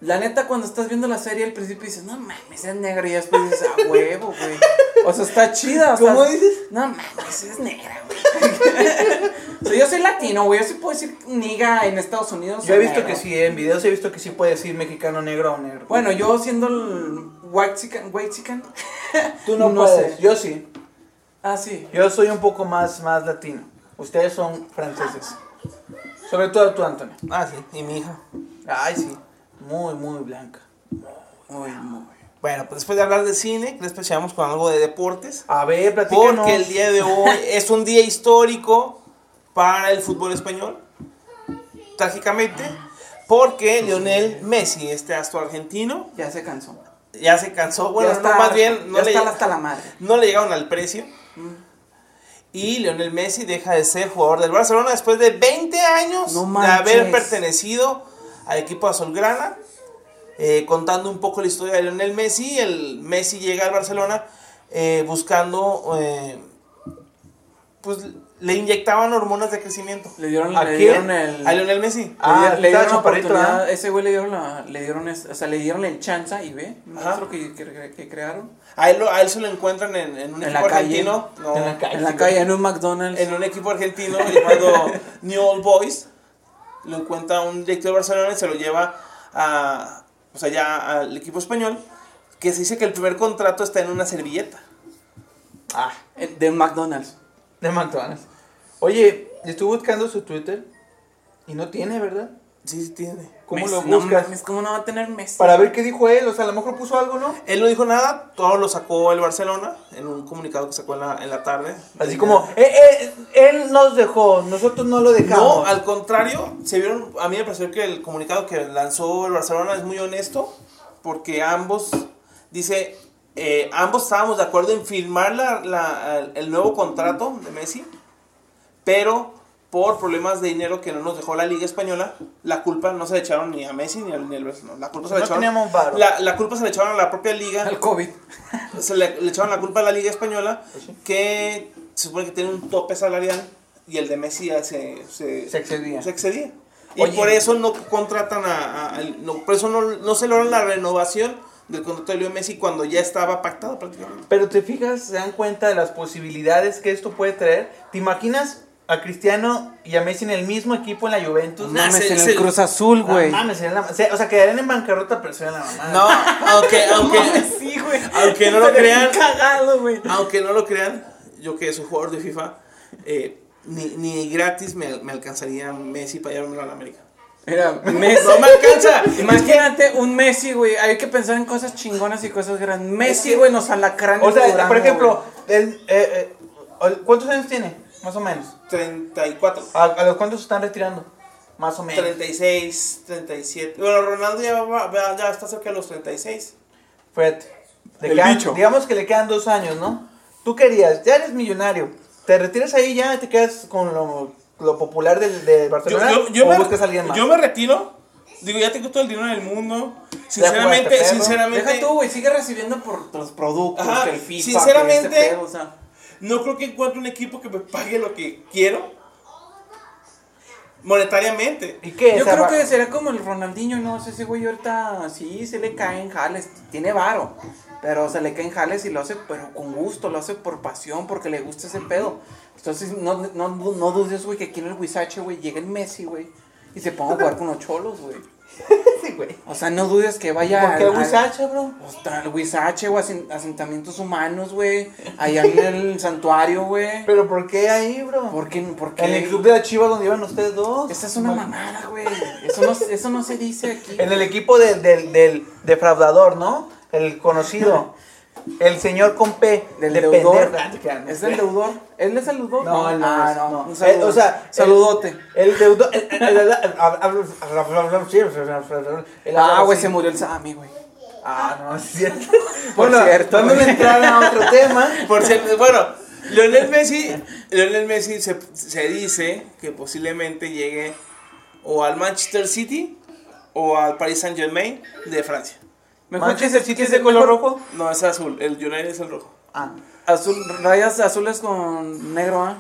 la neta cuando estás viendo la serie al principio dices, no mames, es negra y después dices,
(laughs)
a huevo, güey. O sea, está chida, o sea,
¿Cómo dices?
No mames, es negra, güey. o sea, yo soy latino, güey, (laughs) yo sí puedo decir niga en Estados Unidos.
Yo
o
he visto
negro.
que sí, ¿eh? en videos he visto que sí puede decir mexicano negro o negro.
Bueno, yo siendo el white chicken, white chicken.
tú no,
no
puedes.
sé.
Yo sí.
Ah, sí.
Yo soy un poco más, más latino. Ustedes son franceses. Sobre todo tú, Antonio.
Ah, sí, y mi hija.
Ay, sí. Muy, muy blanca.
Muy, muy.
Bueno, pues después de hablar de cine, les empezamos con algo de deportes.
A ver, platícanos.
Porque el día de
(laughs)
hoy es un día histórico para el fútbol español. Trágicamente, porque Lionel Messi, este astro argentino,
Ya se cansó.
ya se cansó. Bueno,
ya
no, más bien, no
ya
le,
está hasta la madre.
no le llegaron al precio.
Mm.
Y Lionel Messi deja de ser jugador del Barcelona después de 20 años
No
de haber
manches.
pertenecido al equipo azulgrana. Eh, contando un poco la historia de Lionel Messi, el Messi llega al Barcelona eh, buscando, eh, pues le inyectaban hormonas de crecimiento
Le dieron,
¿A
le
quién?
dieron el.
a Lionel Messi.
Ah,
le,
estaba
le dieron la
chaparrito,
oportunidad.
¿verdad?
Ese güey le dieron la. Le dieron es- o sea, le dieron el chanza y ve. Un
Ajá.
monstruo que, que, que crearon.
A él, lo- a él se lo encuentran en, en un
En la
equipo
calle.
argentino. No,
En la calle. Ay,
en la
sí,
calle,
güey.
en un McDonald's.
en un equipo argentino (laughs) llamado New Old Boys. Lo encuentra un director de Barcelona y se lo lleva a, o sea, ya al equipo español. Que se dice que el primer contrato está en una servilleta.
Ah,
en- de un McDonald's.
de Mantuanas. Oye, estuve buscando su Twitter y no tiene, ¿verdad?
Sí, sí tiene.
¿Cómo
Messi,
lo
no
buscas?
mames, ¿Cómo no va a tener Messi?
Para ver qué dijo él, o sea, a lo mejor puso algo, ¿no?
Él no dijo nada, todo lo sacó el Barcelona en un comunicado que sacó en la, en la tarde.
Así como, eh, eh, él nos dejó, nosotros no lo dejamos.
No, al contrario, se vieron, a mí me pareció que el comunicado que lanzó el Barcelona es muy honesto, porque ambos, dice, eh, ambos estábamos de acuerdo en firmar la- la- el nuevo contrato de Messi, pero por problemas de dinero que no nos dejó la Liga Española, la culpa no se la echaron ni a Messi ni al, ni al Barcelona, la culpa se la
No
echaron...
teníamos varo.
La, la culpa se la echaron a la propia Liga,
(laughs)
Al COVID.
se le, le echaron la culpa a la Liga Española,
Pues
que se supone que tiene un tope salarial, y el de Messi ya se-
se excedía.
se Pues excedía. Y
Oye.
por eso no contratan a. a- al- no, por eso no, no se logra la renovación del contrato de Leo Messi cuando ya estaba pactado prácticamente.
Pero te fijas, se dan cuenta de las posibilidades que esto puede traer. ¿Te imaginas a Cristiano y a Messi en el mismo equipo en la Juventus?
No
Nah,
mames,
se-
en
se-
el Cruz Azul,
No
güey.
mames, sería la- se- o sea, quedarían en bancarrota, pero sería la mamá.
Ah.
(laughs)
No, aunque, (laughs) aunque,
sí, güey.
aunque no lo
Estaría bien
crean,
cagado, güey.
aunque no lo crean, yo que soy jugador de FIFA, eh, ni, ni gratis me, me alcanzaría Messi para llevármelo a la (laughs) América.
Mira, Messi.
¡No me alcanza!
Imagínate un Messi, güey. Hay que pensar en cosas chingonas y cosas grandes. Messi, güey, nos alacranes.
O sea,
de Durango,
por ejemplo,
güey.
el, eh, eh, ¿cuántos años tiene? Más o menos.
34.
¿A, a los cuántos se están retirando? Más o menos.
36, 37. Bueno, Ronaldo ya, va- va- ya está cerca de los 36.
Fred, le
El
quedan-
bicho.
digamos que le quedan dos años, ¿no? Tú querías, ya eres millonario, te retiras ahí ya y te quedas con lo, lo popular del, de Barcelona o buscas a alguien más.
yo me retiro. Digo, ya tengo todo el dinero del mundo. Sinceramente,
jugaste, perro.
sinceramente.
Deja tú, güey. Sigue recibiendo por los productos,
Ajá,
que el FIFA.
sinceramente-
que este pedo, o sea.
No creo que encuentre un equipo que me pague lo que quiero. Monetariamente.
¿Y qué? O
Yo
sea,
creo
va-
que será como el Ronaldinho, no sé, ese güey ahorita sí se le caen jales, tiene varo, pero se le caen jales y lo hace, pero con gusto, lo hace por pasión, porque le gusta ese pedo. Entonces, no, no, no dudes, güey, que aquí en el Huizache, güey, llegue el Messi, güey, y se ponga a jugar con los cholos, güey.
(laughs) Sí, güey.
O sea, no dudes que vaya
¿Por qué
al- al-
Huizache, bro?
Hasta el Huizache, o asentamientos humanos, güey, allá en el santuario, güey.
¿Pero por qué ahí, bro?
¿Por qué? ¿Por qué?
En el club de la Chivas donde iban ustedes dos.
Esa es una
Ma-
mamada, güey. Eso no, eso no se dice aquí.
En el equipo del, del, del defraudador, ¿no? El conocido.
(laughs)
El señor con P.
Del
de
deudor.
pendejo. Ah, te quedas, no
¿Es
sé.
el deudor? ¿Él es el deudor?
No, él no
Ah,
es,
no.
no.
Un saludo.
Eh, o sea,
saludote.
El deudor. el- el- el- el- el- el-
ah, güey,
sí.
se murió el Sammy, güey.
Ah, no, es cierto.
Por
bueno,
cierto,
dando
güey.
una entrada a otro tema.
Por cierto, bueno, Lionel Messi, Lionel Messi se, se dice que posiblemente llegue o al Manchester City o al Paris Saint Germain de Francia.
Mejor que
Manchester
se
City es de color rojo.
No, es azul, el United es el rojo.
Ah,
Azul, rayas azules con negro, ¿ah?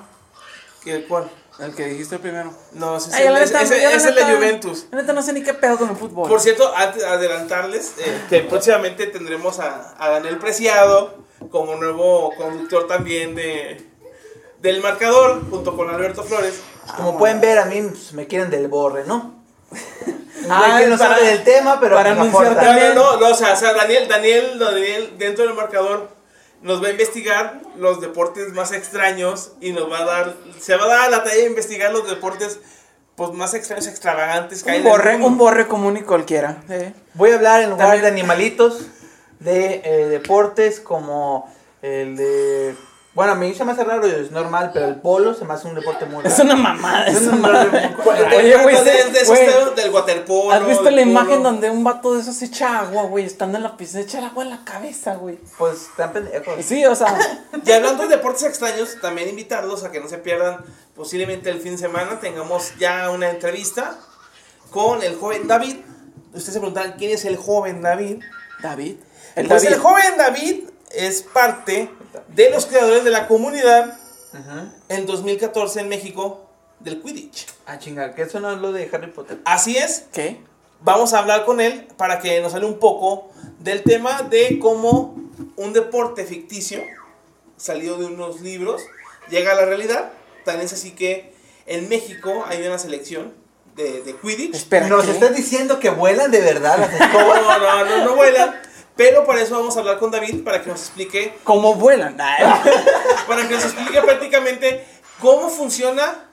¿Y el cuál?
El que dijiste primero.
No, ese es
Ay,
el,
la
ese-
neta,
ese-
yo la
ese es la
neta-
Juventus.
La neta no sé ni qué pedo con el fútbol.
Por cierto, antes de adelantarles eh, que próximamente tendremos a, a Daniel Preciado como nuevo conductor también de del marcador junto con Alberto Flores.
como pueden ver, a mí pues, me quieren del borre, ¿no?
Ah,
Ah, que no
para-
sabe del tema, pero
para
nos
anunciar
aporta.
No, no,
también.
no, no, o sea, o sea, Daniel, Daniel, Daniel, dentro del marcador, nos va a investigar los deportes más extraños y nos va a dar, se va a dar la tarea de investigar los deportes pues más extraños, extravagantes que hay.
un
en el
borre,
mundo.
un borre común y cualquiera. ¿eh?
Voy a hablar en lugar
También-
de animalitos, de eh, deportes como el de. Bueno, a mí se me hace raro, es normal, pero el polo se me hace un deporte muy raro.
Es una mamada.
Es
Es
una
una
mamada.
Te
Oye, güey,
pues,
acuerdas
se-
de- de esos
güey,
temas pues, del waterpolo.
¿Has visto
del
la
polo?
imagen donde un vato de esos echa agua, güey? Estando en la piscina, echa el agua en la cabeza, güey.
Pues están pendejos.
Sí, o sea.
(laughs) Y hablando de deportes extraños, también invitarlos a que no se pierdan, posiblemente el fin de semana tengamos ya una entrevista con el joven David. Ustedes se preguntarán quién es el joven David.
David.
El
El
pues
David.
el joven David es parte de los creadores de la comunidad
Ajá.
en 2014 en México del Quidditch.
Ah, chinga, que eso no es lo de Harry Potter.
Así es,
¿Qué?
vamos a hablar con él para que nos hable un poco del tema de cómo un deporte ficticio salido de unos libros llega a la realidad. Tan es así que en México hay una selección de, de Quidditch.
Espera.
Nos
¿qué?
estás diciendo que vuelan de verdad las escobas.
No, no, no, no vuelan. Pero para eso vamos a hablar con David para que nos explique (laughs)
¿Cómo vuelan? Ay,
para que nos explique prácticamente cómo funciona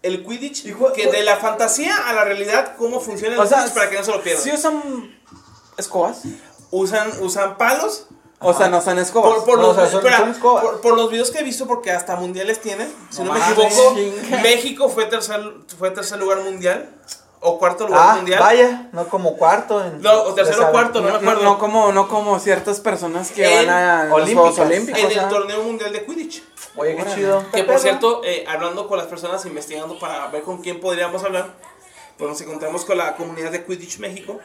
el Quidditch, que de la fantasía a la realidad, cómo funciona el
o sea,
Quidditch para que no se lo pierdan.
¿Sí usan escobas?
Usan, usan palos.
O sea, no usan escobas.
Por, por
No,
los,
o sea, son-
espera,
son escobas.
por- por los videos que he visto, porque hasta mundiales tienen, si no,
No
me
mames,
equivoco,
chinga.
México fue tercer, fue tercer lugar mundial, o cuarto (laughs) lugar
Ah,
mundial.
vaya, no como cuarto. En,
No, o tercero
ya saben.
cuarto, no me acuerdo.
no como, no como ciertas personas que
En
van a los
Olímpicas.
Juegos Olímpicos.
en el
¿ah?
torneo mundial de Quidditch.
Oye, qué
Órale.
chido.
Que por cierto, eh, hablando con las personas, investigando para ver con quién podríamos hablar, pues nos encontramos con la comunidad de Quidditch México.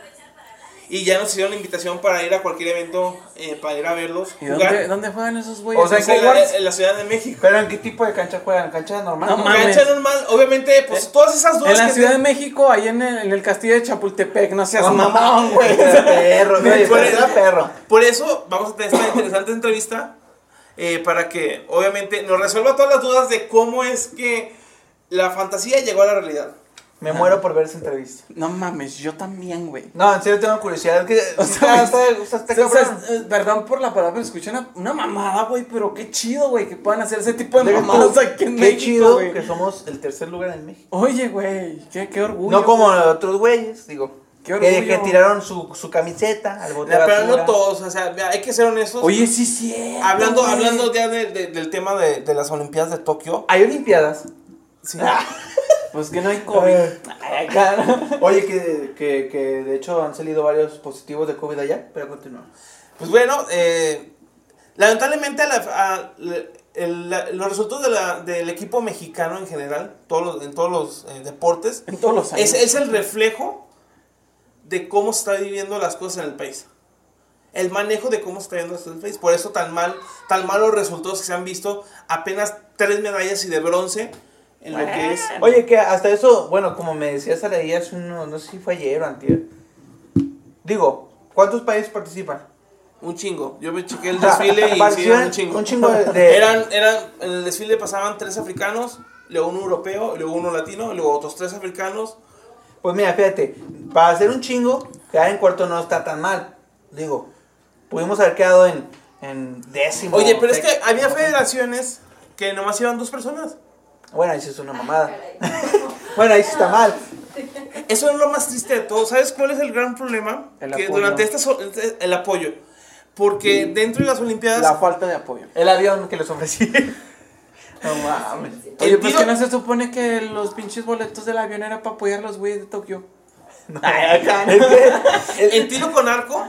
Y ya nos hicieron la invitación para ir a cualquier evento, eh, para ir a verlos.
¿Y
jugar. Pues
dónde, dónde juegan esos güeyes?
O sea,
En
que-
¿En
la-
Hogwarts?
en la Ciudad de México.
¿Pero en qué tipo de cancha juegan? ¿Cancha normal?
No mames.
Cancha normal, obviamente, pues todas esas dudas.
en la
que
Ciudad de
tienen-
México, ahí en el, en el castillo de Chapultepec, no seas
No,
mamón, güey.
(laughs)
Era perro, güey,
Por
era
eso-
perro.
Por eso vamos a tener esta interesante entrevista eh, para que, obviamente, nos resuelva todas las dudas de cómo es que la fantasía llegó a la realidad.
Me muero por ver esa entrevista.
No mames, yo también, güey.
No, en serio tengo curiosidad. Es que
(laughs) O
sí
sea,
está- está- está- está
O sea,
cabrón.
es- es- perdón por la palabra, pero escuché una, una mamada, güey, pero qué chido, güey, que puedan hacer ese tipo de
Deja tú,
mamadas aquí en
Qué
México,
chido
güey.
que somos el tercer lugar en México.
Oye, güey, qué, qué orgullo.
no como
güey.
otros güeyes, digo.
Qué
que, de-
orgullo.
que tiraron su, su camiseta al bote de
pero no
basura.
todos, o sea, hay que ser honestos.
Oye, sí, sí.
hablando, hablando ya de- de- del tema de, de las Olimpiadas de Tokio.
Hay olimpiadas.
Sí.
Pues que no hay
Eh.
COVID. Ay, cara.
(laughs) Oye, que, que, que de hecho han salido varios positivos de COVID allá, pero continuamos.
Pues bueno, eh, lamentablemente a la- a- le- el- la- los resultados de la- del equipo mexicano en general, todos los- en todos los eh, deportes,
En todos los años.
es, es el reflejo de cómo se está viviendo las cosas en el país. El manejo de cómo se está viviendo las cosas en el país. Por eso tan mal, tan malos resultados que se han visto. Apenas tres medallas y de bronce en lo que es.
Oye, que hasta eso, bueno, como me decías a hace uno, no sé si fue ayer o antier. Digo, ¿cuántos países participan?
Un chingo. Yo me chequé
(laughs)
el desfile y sí,
Participan
eran un chingo.
Un chingo de, de-
Eran, eran, en el desfile pasaban tres africanos, luego un europeo, luego uno latino, luego otros tres africanos.
Pues mira, fíjate, para hacer un chingo, quedar en cuarto no está tan mal. Digo, pudimos haber quedado en, en décimo.
Oye, pero es que
sexto.
había federaciones que nomás iban dos personas.
Bueno, ahí sí es una mamada.
Caray.
Bueno, ahí sí está mal.
Eso es lo más triste de todo. ¿Sabes cuál es el gran problema?
El
que
apoyo.
durante estas o- este- el apoyo. Porque dentro de las Olimpiadas
La falta de apoyo.
El avión que les ofrecí. (laughs) No mames.
El
Oye, pues
tiro-
que no se supone que los pinches boletos del avión era para apoyar a los güeyes de Tokio.
Ay, acá, es que-
(laughs)
es-
en tiro con arco,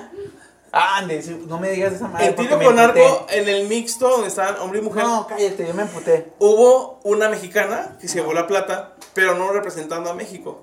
Ah, Andy, sí, no me digas esa madre.
en
porque
tiro
me
con
emputé.
arco en el mixto donde estaban hombre y mujer,
No, cállate, yo me emputé.
hubo una mexicana que se llevó la plata, pero no representando a
(laughs)
México,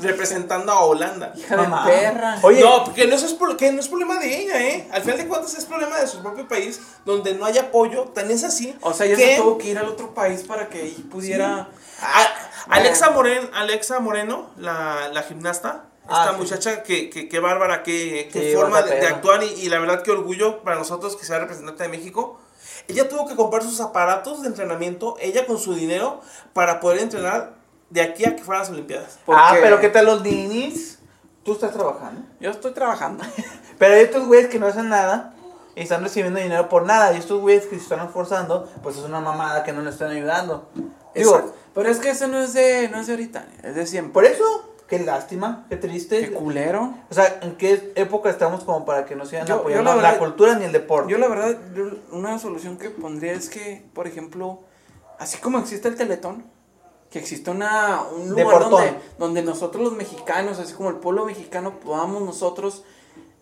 representando a Holanda.
Hija
No
de
mames.
perra.
Oye,
no, porque no, eso es pro- que no es problema de ella, ¿eh? Al final de cuentas es problema de su propio país, donde no hay apoyo, tan es así.
O sea, ya
que
se tuvo que ir al otro país para que ahí pudiera.
A- Ah, Alexa, Moren, Alexa Moreno, la, la gimnasta,
Ah,
esta
sí.
muchacha que, que, que bárbara, que, que
Sí,
forma
bárbara
de, de
perra.
actuar y, y la verdad que orgullo para nosotros que sea representante de México. Ella tuvo que comprar sus aparatos de entrenamiento, ella con su dinero, para poder entrenar de aquí a que fueran las Olimpiadas.
ah,
porque
pero ¿qué tal los ninis? Tú estás trabajando.
Yo estoy trabajando.
Pero hay estos güeyes que no hacen nada y están recibiendo dinero por nada. Y estos güeyes que se están esforzando, pues es una mamada que no nos están ayudando. Digo,
Exacto. Pero es que eso no es de, no es de ahorita, es de siempre.
por eso, qué lástima, qué triste.
Qué culero.
o sea, ¿en qué época estamos como para que no sigan
Yo- yo
apoyando
la
la,
verdad-
cultura ni el deporte?
Yo la verdad, yo- una solución que pondría es que, por ejemplo, así como existe el Teletón, que existe una, un lugar
Deportón.
donde, donde nosotros los mexicanos, así como el pueblo mexicano, podamos nosotros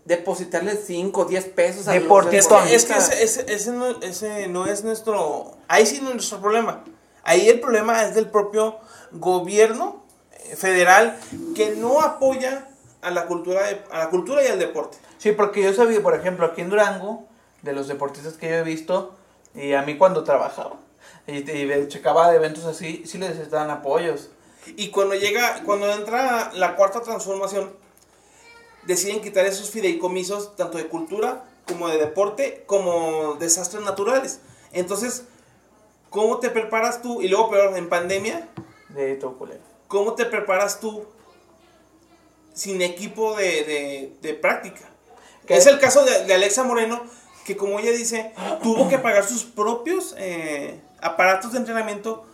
depositarle 5 o 10 pesos a los
Deportitón.
Es que
deportistas.
ese, ese- ese no, ese no es nuestro. Ahí sí no es nuestro problema. Ahí el problema es del propio gobierno eh, federal que no apoya a la cultura, de- a la cultura y al deporte.
Sí, porque yo sabía, por ejemplo, aquí en Durango, de los deportistas que yo he visto, y a mí cuando trabajaba, y, y ve- checaba de eventos así, sí les estaban apoyos.
Y cuando llega, cuando entra la cuarta transformación, deciden quitar esos fideicomisos tanto de cultura como de deporte, como desastres naturales. Entonces, ¿cómo te preparas tú? Y luego, peor, en pandemia,
De todo culero.
¿Cómo te preparas tú sin equipo de, de- de práctica?
¿Qué?
Es el caso de, de Alexa Moreno, que como ella dice, tuvo que pagar sus propios eh, aparatos de entrenamiento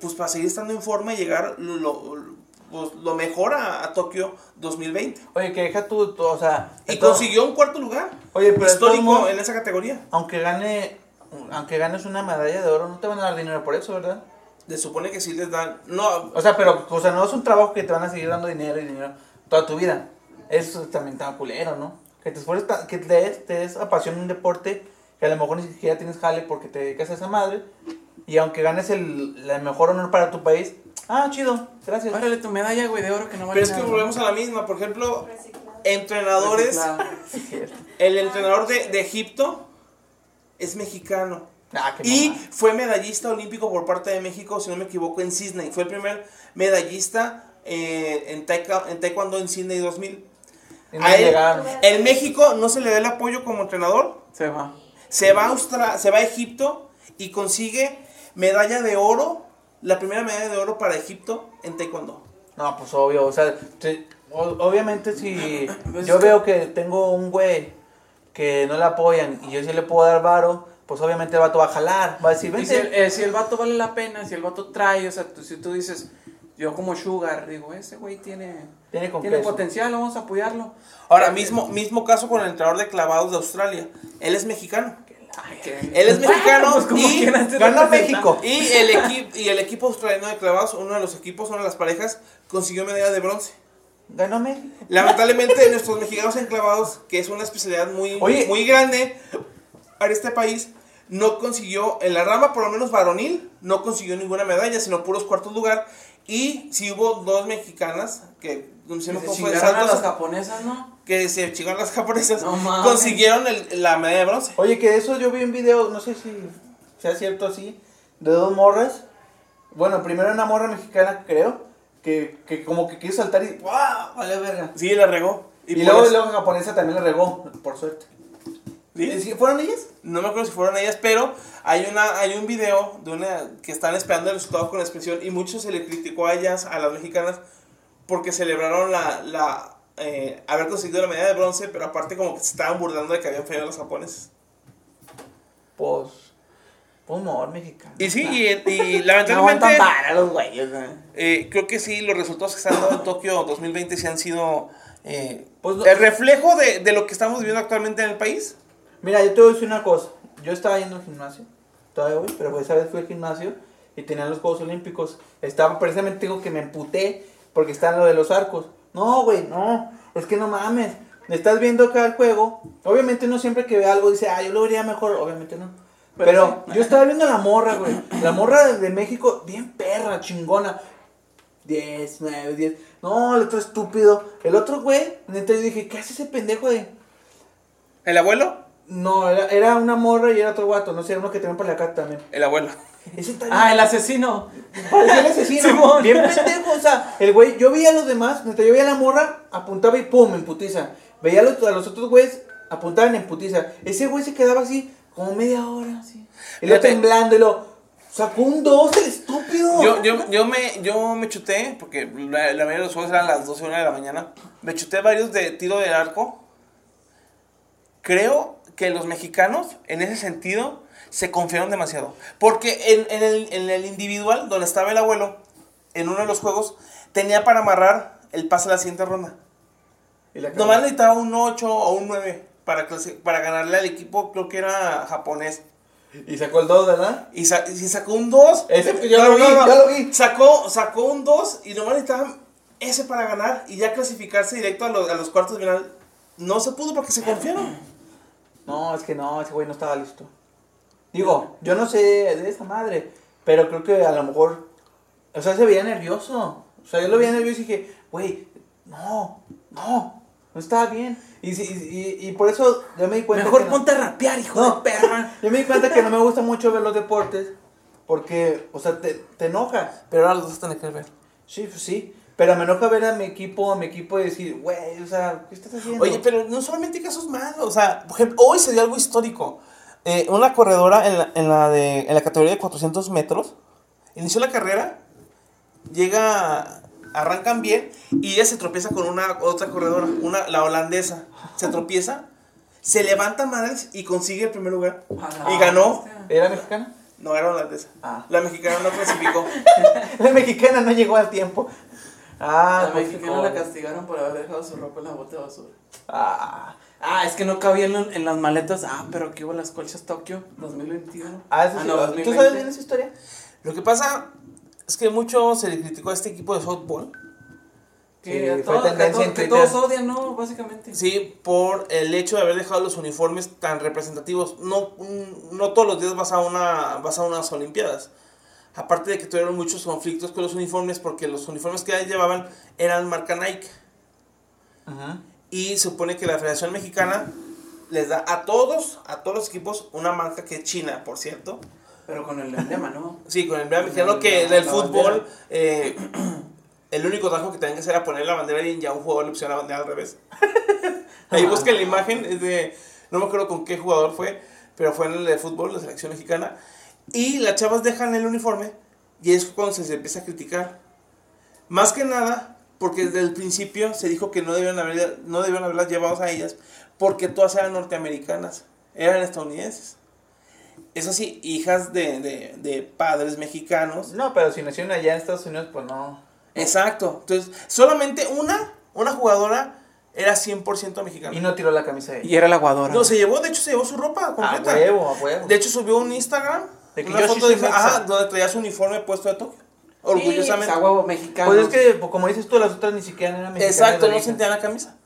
pues para seguir estando en forma y llegar lo, lo- pues, lo mejor a, a Tokio 2020.
Oye, que deja tú, tú, o sea...
Y
de todo-
consiguió un cuarto lugar
Oye, pero de
histórico
todos modos-
en esa categoría.
aunque gane aunque ganes una medalla de oro no te van a dar dinero por eso verdad
Se supone que sí les dan... No,
o sea pero o sea no es un trabajo que te van a seguir dando dinero y dinero toda tu vida eso también está culero no que te esfuerces ta- que te des, te des a pasión un deporte que a lo mejor ni siquiera tienes jale porque te dedicas a esa madre y aunque ganes el, el mejor honor para tu país ah chido gracias
Órale tu medalla, güey, de oro que no vale
pero es que
nada. Pues
volvemos a la misma. Por ejemplo,
Reciclado.
entrenadores...
Reciclado.
(laughs)
El entrenador de, de Egipto es mexicano.
ah qué
Y
mamada.
fue medallista olímpico por parte de México, si no me equivoco, en Sydney. Fue el primer medallista eh, en, taeka- en Taekwondo en Sydney 2000.
Y no
a él-
llegaron.
En México no se le da el apoyo como entrenador.
Se va.
Se va a, Austra- se va a Egipto y consigue medalla de oro, la primera medalla de oro para Egipto en Taekwondo.
No, pues obvio, o sea, te- o- obviamente si
Pues
yo
(coughs) es que-
veo que tengo un güey que no le apoyan y yo sí le puedo dar varo, pues obviamente el vato va a jalar, va a decir,
Y si, el,
vente.
eh, si el vato vale la pena, si el vato trae, o sea, tú- si tú dices, yo como Sugar, digo, ese güey tiene,
Tiene con
tiene
queso.
potencial, vamos a apoyarlo.
Ahora, mismo, mismo caso con el entrenador de clavados de Australia. Él es mexicano.
Ay, que-
Él es mexicano
Pues como
y
quiera, este
ganó
representa.
México.
Y el, equi- y el equipo australiano de clavados, uno de los equipos, una de las parejas, consiguió medalla de bronce.
Ganó México.
(laughs)
Lamentablemente, nuestros mexicanos en clavados, que es una especialidad muy,
Oye.
muy grande para este país, no consiguió, en la rama por lo menos varonil, no consiguió ninguna medalla, sino puros cuartos lugar. Y si hubo dos mexicanas que no sé
Que Se
cómo fue,
chingaron a
saltos,
las japonesas, ¿no?
que se chingaron las japonesas,
No mames.
consiguieron el- la medalla de bronce.
Oye, que eso yo vi un video, no sé si sea cierto así, de dos morras. Bueno, primero una morra mexicana, creo, que, que como que quiso saltar y ¡guau! Vale verga.
Sí, la regó.
Y, pues-
por
luego,
eso-
luego la japonesa también la regó, por suerte.
Sí.
¿Y si ¿Fueron ellas?
No me acuerdo si fueron ellas, pero hay una hay un video de una que están esperando el resultado con la expresión y mucho se le criticó a ellas, a las mexicanas, porque celebraron la, la eh, haber conseguido la medalla de bronce, pero aparte como que se estaban burlando de que habían fallado los japoneses.
Pues, humor mexicano.
Y sí, y,
No aguantan
lamentablemente
para los güeyes, eh.
creo que sí, los resultados que se han dado en Tokio 2020 sí han sido eh,
Pues no-
el reflejo de, de lo que estamos viviendo actualmente en el país.
Mira, yo te voy a decir una cosa. Yo estaba yendo al gimnasio, todavía voy, pero esa vez fui al gimnasio y tenían los Juegos Olímpicos. Estaba, precisamente digo que me emputé porque están lo de los arcos. No, güey, no, es que no mames. Estás viendo acá el juego. Obviamente uno siempre que ve algo dice, ah, yo lo vería mejor. Obviamente no.
Pero
Pero yo estaba viendo la morra, güey. La morra de- de México, bien perra, chingona. 10, 9, 10. No, el otro estúpido. El otro, güey, neta, yo dije, ¿qué hace ese pendejo de.?
¿El abuelo?
No, era, era una morra y era otro guato, no sé, era uno que tenían para la acá
(laughs)
también.
El abuelo.
Ese está
Ah, el
bien,
asesino.
parecía el
(laughs)
asesino.
Simón.
Bien pendejo, o sea, el güey, yo veía a los demás, neta, yo veía a la morra, apuntaba y pum, en putiza. Veía a los, a los otros güeyes, apuntaban en putiza. Ese güey se quedaba así como media hora, así. Y lo
Fíjate.
temblando, y lo sacó un dos, el estúpido.
Yo, yo, yo, me, yo me chuté, porque la, la mayoría de los juegos eran las 12 o 1 de la mañana. Me chuté varios de tiro del arco. Creo que los mexicanos, en ese sentido, se confiaron demasiado. Porque en, en el, en el individual, donde estaba el abuelo, en uno de los juegos, tenía para amarrar el pase a la siguiente ronda.
Y la cagó.
Nomás necesitaba un 8 o un 9 para, clasi- para ganarle al equipo, creo que era japonés.
Y sacó el dos, ¿verdad?
Y, sa- y sacó un 2.
Ese, yo lo vi, yo lo vi.
Sacó, sacó un 2 y nomás necesitaban ese para ganar y ya clasificarse directo a los, a los cuartos de final. No se pudo porque se confiaron.
No, es que no, ese güey no estaba listo. Digo, yo no sé de esa madre, pero creo que a lo mejor, o sea, se veía nervioso. O sea, yo lo veía nervioso y dije, güey, no, no, no estaba bien. Y, si- y, y- y por eso yo me di cuenta.
Mejor
que no-
ponte a rapear, hijo
No.
de (laughs) perra.
Yo me di cuenta que no me gusta mucho ver los deportes, porque, o sea, te, te enoja.
Pero ahora los dos tienen que ver.
Sí, pues sí. Pero me enoja ver a mi equipo, a mi equipo y decir, güey, o sea, ¿qué estás haciendo?
Oye, pero no solamente casos malos. O sea, por ejemplo, hoy se dio algo histórico. Eh, una corredora en la, en la de, en la categoría de 400 metros inició la carrera, llega, arrancan bien y ella se tropieza con una otra corredora, una, la holandesa. Se tropieza, se levanta madres y consigue el primer lugar.
A Ah, la
Y ganó.
bestia.
¿Era mexicana?
No era holandesa.
Ah.
La mexicana no clasificó.
La mexicana no llegó al tiempo. Ah,
la
pues,
mexicana
no.
la castigaron por haber dejado su ropa en la bota de basura.
Ah,
Ah, es que no cabía en, lo- en las maletas. Ah, pero que hubo las colchas Tokio 2021.
ah, eso sí,
no,
¿Tú
2020.
sabes bien esa historia?
Lo que pasa es que mucho se le criticó a este equipo de softball.
Sí,
Que, a
fue
todos, Eh, que a
tendencia
todos-
en
que
Twitter.
todos odian, ¿no? Básicamente.
Sí, por el hecho de haber dejado los uniformes tan representativos. No, mm, no todos los días vas a, una, vas a unas Olimpiadas. Aparte de que tuvieron muchos conflictos con los uniformes porque los uniformes que llevaban eran marca Nike.
Ajá.
Y se supone que la Federación Mexicana les da a todos, a todos los equipos, una marca que es China, por cierto.
Pero con el emblema, ¿no?
Sí, con el emblema mexicano que en el fútbol eh, (clears throat) el único trabajo que tenían que hacer era poner la bandera y ya un jugador le pusieron la bandera al revés. (laughs) Ahí busquen la imagen es de, no me acuerdo con qué jugador fue, pero fue en el de fútbol, la selección mexicana. Y las chavas dejan el uniforme y es cuando se les empieza a criticar. Más que nada, porque desde el principio se dijo que no debían, haber, no debían haberlas llevado a ellas porque todas eran norteamericanas, eran estadounidenses. Eso sí, hijas de, de- de padres mexicanos.
No, pero si nacieron allá en Estados Unidos, pues no.
Exacto. Entonces, solamente una, una jugadora era 100% mexicana.
Y no tiró la camisa de ella.
Y era la aguadora.
No, se llevó, de hecho se llevó su ropa
A
completa.
huevo, a huevo.
De hecho subió un Instagram,
De que
una
yo sí
foto
soy
de-
mexa.
ajá, donde traía su uniforme puesto de Tokio. Orgullosamente.
Agua mexicana.
pues es que, pues, como dices tú, las otras ni siquiera eran mexicanas.
Exacto,
de
no
origen.
sentían la camisa.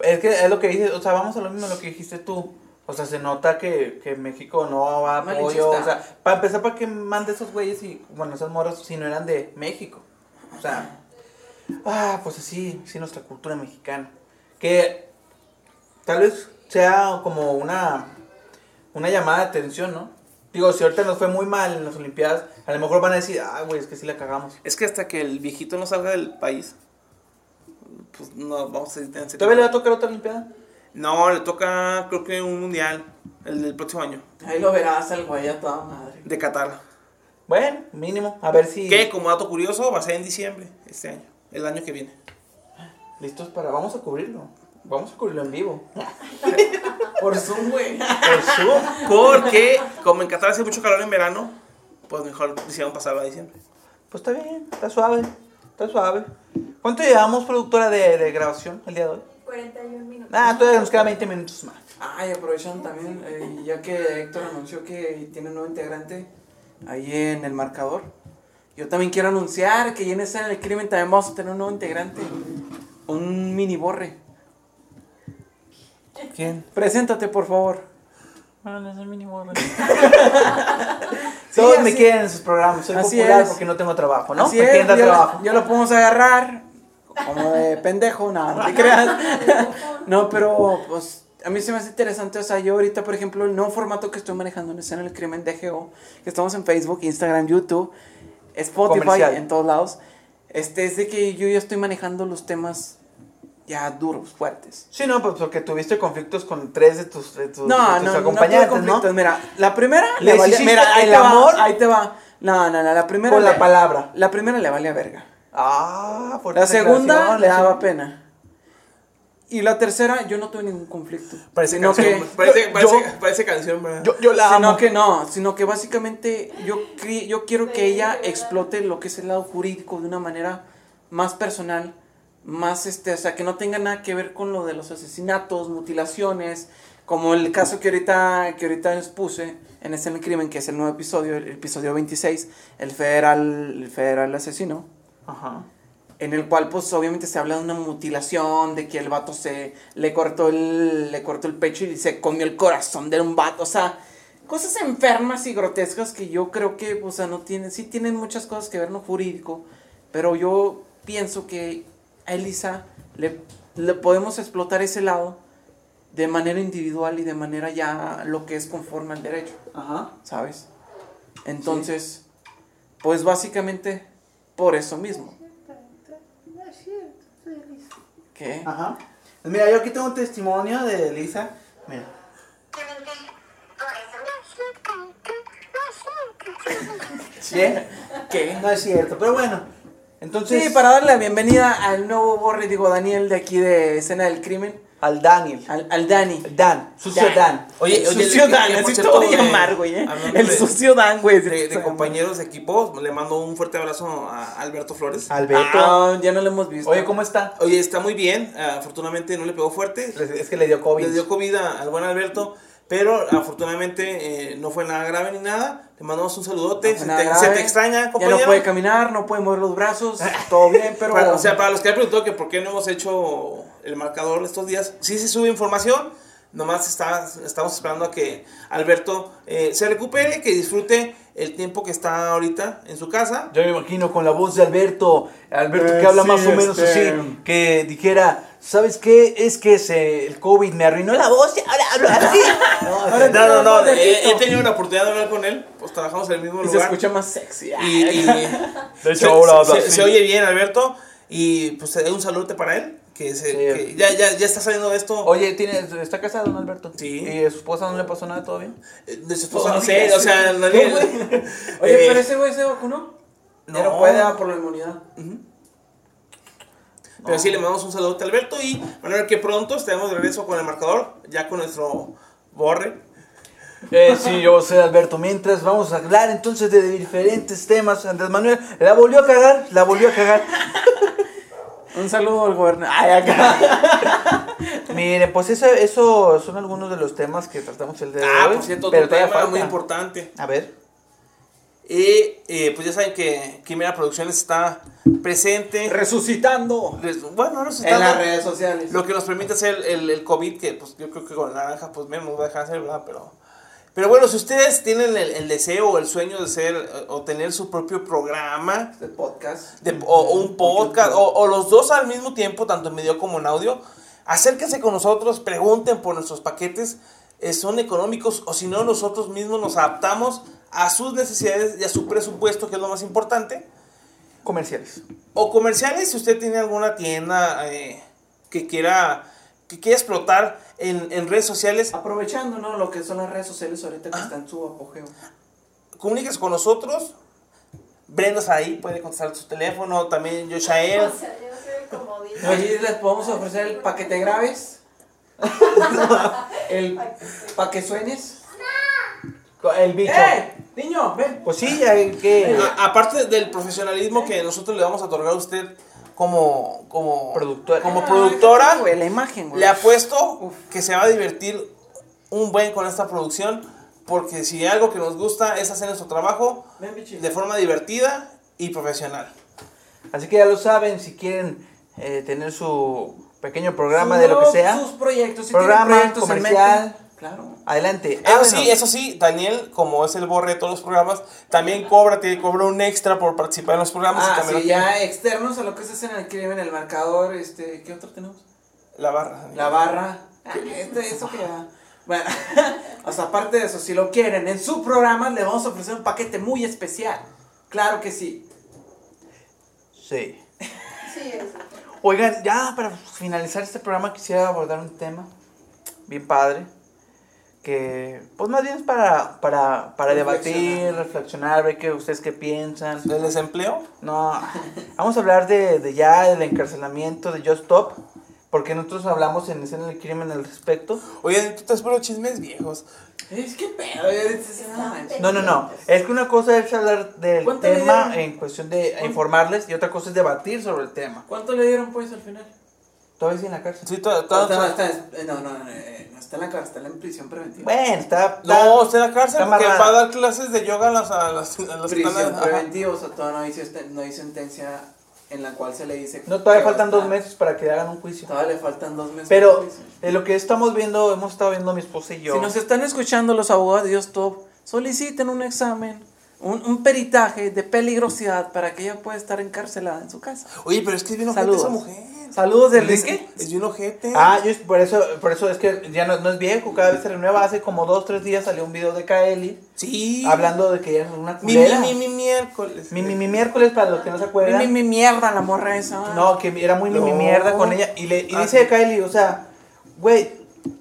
Es que es lo que dices, o sea, vamos a lo mismo lo que dijiste tú. O sea, se nota que, que México no va a apoyo. O
Malinchista.
sea, para empezar, ¿para qué mande esos güeyes y, bueno, esas morras si no eran de México? O sea, ah, pues así, sí, nuestra cultura mexicana. Que tal vez sea como una, una llamada de atención, ¿no? Digo, si ahorita nos fue muy mal en las Olimpiadas, a lo mejor van a decir, ah, güey, es que sí la cagamos.
Es que hasta que el viejito no salga del país, pues no, vamos a en serio.
¿Todavía le va a tocar otra Olimpiada?
No, le toca creo que un mundial, el del próximo año,
Ahí lo verás al güey a toda madre.
de Qatar.
Bueno, mínimo, a ver si...
Que como dato curioso va a ser en diciembre, este año, el año que viene.
Listos para. Vamos a cubrirlo. Vamos a cubrirlo en vivo.
Por Zoom, güey.
Por Zoom.
Porque como en Qatar hace mucho calor en verano, pues mejor decidieron pasarlo a diciembre.
(laughs) Pues está bien, está suave. Está suave. ¿Cuánto llevamos, productora, de, de grabación el día de hoy?
41 minutos.
Ah, todavía nos
(laughs)
quedan 20 minutos más.
(laughs) Ay, aprovechan también, eh, ya que Héctor anunció que tiene un nuevo integrante ahí en el marcador. Yo también quiero anunciar que ya en escena del crimen también vamos a tener un nuevo integrante. Un mini borre.
¿Quién?
Preséntate, por favor.
Bueno, es el mínimo.
Sí,
Todos
así-
me quieren en sus programas. Soy
Así
popular
es.
porque no tengo trabajo, ¿no?
Así
me
es,
quieren
ya,
dar trabajo.
ya lo podemos agarrar como de pendejo, nada, no te creas. No, pero pues a mí se me hace interesante, o sea, yo ahorita, por ejemplo, el nuevo formato que estoy manejando en Escena del Crimen DGO, que estamos en Facebook, Instagram, YouTube, Spotify,
Comercial.
en todos lados, este es de que yo ya estoy manejando los temas ya duros, fuertes.
Sí, no, pues porque tuviste conflictos con tres de tus, de tus, de
No,
tus
no, no, tuve
acompañantes, ¿no?
conflictos. Mira, la primera,
Le
le valía-
hiciste
mira, ahí
el
te va,
amor.
ahí te va. No, no, no, la primera,
Con la
le-
palabra.
la primera le valía verga.
Ah, por
La segunda le daba pena. Y la tercera, yo no tuve ningún conflicto.
Parece
Sino
canción,
que-
parece,
yo-
parece- parece canción, ¿verdad?
Yo, yo la
sino
amo.
que no, sino que básicamente yo, cri- yo quiero que ella explote lo que es el lado jurídico de una manera más personal, más este, o sea, que no tenga nada que ver con lo de los asesinatos, mutilaciones, como el caso que ahorita, que ahorita expuse en este crimen, que es el nuevo episodio, el episodio 26, el federal, el federal asesino
Ajá.
en el cual pues obviamente se habla de una mutilación, de que el vato se le cortó el le cortó el pecho y se comió el corazón de un vato, o sea, cosas enfermas y grotescas que yo creo que, o sea, no tienen, sí tienen muchas cosas que ver no jurídico, pero yo pienso que a Elisa le, le podemos explotar ese lado de manera individual y de manera ya lo que es conforme al derecho.
Ajá.
¿sabes? Entonces, pues básicamente por eso mismo. ¿Qué?
Ajá. Pues Mira, yo aquí tengo un testimonio de Elisa. Mira. ¿Sí?
¿Qué?
¿Eh? No es cierto, pero bueno. Entonces,
Sí, para darle la bienvenida al nuevo Borre, digo Daniel, de aquí de Escena del Crimen,
al Daniel.
al, al Dani.
Dan, sucio Dan.
Dan. el sucio
que-
Dan,
que, por
así te
cierto,
voy a
de-
llamar, güey. eh.
hablando
El
de-
sucio Dan, güey. así
de,
te
de
voy a
compañeros de equipo, le mando un fuerte abrazo a Alberto Flores.
llamar.
Alberto.
Ah, ya no lo hemos visto.
Oye, ¿cómo está?
Oye, está muy bien, ah, afortunadamente no le pegó fuerte,
Es que le dio COVID.
le dio COVID a- al buen Alberto, pero afortunadamente eh, no fue nada grave ni nada, le mandamos un saludote,
No
se,
fue nada
te, se
grave.
te extraña,
Ya
compañero.
no puede caminar, no puede mover
(laughs)
los brazos, todo bien, pero...
Para- o sea, para los que han preguntado que por qué no hemos hecho el marcador estos días, sí se sube información, nomás está- estamos esperando a que Alberto eh, se recupere, que disfrute el tiempo que está ahorita en su casa.
Yo me imagino con la voz de Alberto, Alberto que
Eh,
habla
sí,
más o menos
este-
así, que dijera, ¿sabes qué? Es que se- el COVID me arruinó la voz y ahora hablo (laughs) así.
Ahora
No, no, no,
Alberto.
eh, he tenido la oportunidad de hablar con él, pues trabajamos en el mismo
y se
lugar.
escucha más sexy. ah.
Y, y-
De
se,
hecho, ahora habla
se-
así.
se oye bien Alberto y pues eh, un saludote para él, que, se,
Sí.
que ya, ya, ya está saliendo de esto.
Oye, ¿tiene, ¿está casado, don Alberto?
Sí.
¿Y a su esposa no le pasó nada todo bien?
Eh, De su esposa, (laughs) no sé, o sea, no le-
Oye,
Eh,
pero ese güey se vacunó.
Pero puede por la inmunidad.
Pero sí, le mandamos un saludo a Alberto y van a ver que pronto estaremos de regreso con el marcador, ya con nuestro borre.
Eh, sí, yo soy Alberto. Mientras vamos a hablar entonces de diferentes temas. Andrés Manuel la volvió a cagar, la volvió a cagar. (laughs)
Un saludo al gobernador. Ay, acá.
(laughs) Mire, pues eso, eso son algunos de los temas que tratamos el día de
Ah,
hoy.
por cierto,
pero
otro
todavía
tema muy
falta.
importante.
A ver,
Y eh, pues ya saben que Quimera Producciones está presente.
Resucitando.
Res- bueno,
En
resultando
las redes sociales.
lo que nos permite hacer el, el, COVID, que pues yo creo que con la naranja pues menos va a dejar hacer, ¿verdad? Pero, pero bueno, si ustedes tienen el, el deseo o el sueño de ser eh, o tener su propio programa
Este podcast.
de- o, o un podcast o, o los dos al mismo tiempo, tanto en video como en audio, acérquense con nosotros, pregunten por nuestros paquetes, eh, son económicos o si no, nosotros mismos nos adaptamos a sus necesidades y a su presupuesto, que es lo más importante.
comerciales.
O comerciales, si usted tiene alguna tienda eh, que quiera que quiera explotar en, en redes sociales,
Aprovechando, ¿no? Lo que son las redes sociales ahorita
Ah.
que están en su apogeo.
comuníquese con nosotros. Brenda's ahí, puede contestar su teléfono, también Yoshael.
O sea, yo soy el comodín.
Allí les podemos ofrecer el pa' que te
(laughs)
grabes. el pa' que suenes.
El bicho.
¡Eh! Niño, ven.
Pues sí, hay que.
A- aparte del profesionalismo que nosotros le vamos a otorgar a usted como, como,
Productora.
como productora,
Güey, la imagen, güey.
le apuesto
Ah, Uf.
que se va a divertir un buen con esta producción, porque si hay algo que nos gusta es hacer nuestro trabajo
Ven, bichi.
de forma divertida y profesional.
Así que ya lo saben, si quieren eh, tener su pequeño programa de lo que
Sus-
sea,
Sus proyectos. Si
Programa,
tienen proyectos en
comercial.
mente. Claro.
adelante. Ah,
Eso
háblenos.
sí, eso sí, Daniel, como es el borre de todos los programas, también cobra, tiene, cobra un extra por participar en los programas. y
Ah,
también
sí, ya externos a lo que se hacen aquí en el marcador, este, ¿qué otro tenemos?
La barra.
La barra. Ah, este, eso que ya. Bueno, (laughs) o sea, aparte de eso, si lo quieren, en su programa le vamos a ofrecer un paquete muy especial. Claro que sí.
Sí.
Sí, eso.
Oigan, ya para finalizar este programa quisiera abordar un tema bien padre. Que, pues más bien es para, para, para debatir, reflexionar, ver qué ustedes qué piensan.
¿Del desempleo?
No, vamos a hablar de, de ya del encarcelamiento de Just Stop, porque nosotros hablamos en escena del crimen al respecto.
Oye, tú te puros chismes viejos.
Es que pedo, es- es- no manches.
No, no, no. Es que una cosa es hablar del
¿Cuánto le
tema
dieron?
en cuestión de informarles y otra cosa es debatir sobre el tema.
¿Cuánto le dieron pues al final?
Todavía sigue en la cárcel.
Sí, todo- todo-
No, está, está- eh, no, no, no, eh, no está en la cárcel, está en la prisión preventiva.
Bueno, está.
No,
está-
usted en la cárcel
Está
porque
amarrada.
va a dar clases de yoga a las, a las, a las
prisión
canas. Ajá.
preventiva, o sea, todavía no hay, seste- no hay sentencia en la cual se le dice.
no, todavía
que va a
faltan dos
estar-
meses para que hagan un juicio.
Todavía le faltan dos meses. para el
Pero
juicio.
de lo que estamos viendo, hemos estado viendo mi esposa y yo.
Si nos están escuchando los abogados de Dios Top, soliciten un examen, un, un peritaje de peligrosidad para que ella pueda estar encarcelada en su casa.
Oye, pero es que es bien ojete
Saludos.
esa mujer.
Saludos de Enrique.
qué? Es bien ojete.
Ah, yo, por eso, por eso es que ya no, no es viejo, cada vez se renueva. Hace como dos, tres días salió un video de Kaeli
sí.
hablando de que ella es una
Mi, mi,
culera.
mi, mi miércoles.
Mi, mi, mi miércoles, para los que no se
Mi,
acuerdan.
mi- mi mierda la morra esa.
Pues, No, que era muy mi, mi
No.
mierda con ella. Y, le, y
Ah,
dice
sí.
Kylie, o sea, güey,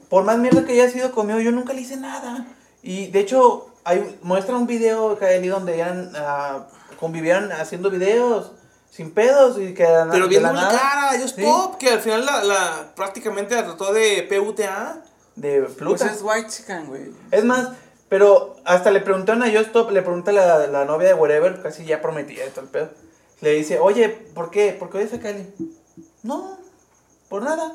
por más mierda que haya sido conmigo, yo nunca le hice nada. Y de hecho, hay, muestra un video de Kylie donde eran, ah, convivieron haciendo videos sin pedos y que de la-
Pero
de
viendo
la
la
nada.
cara, yo stop, que al final la, la prácticamente la trató de PUTA.
De
Pues
Pluta.
es white chican, güey.
Es más, pero hasta le preguntaron a Yo Stop, le pregunta la, la novia de Wherever, casi ya prometida de todo el pedo. Le dice, oye, ¿por qué? ¿Por qué odias a Kylie? No, por nada.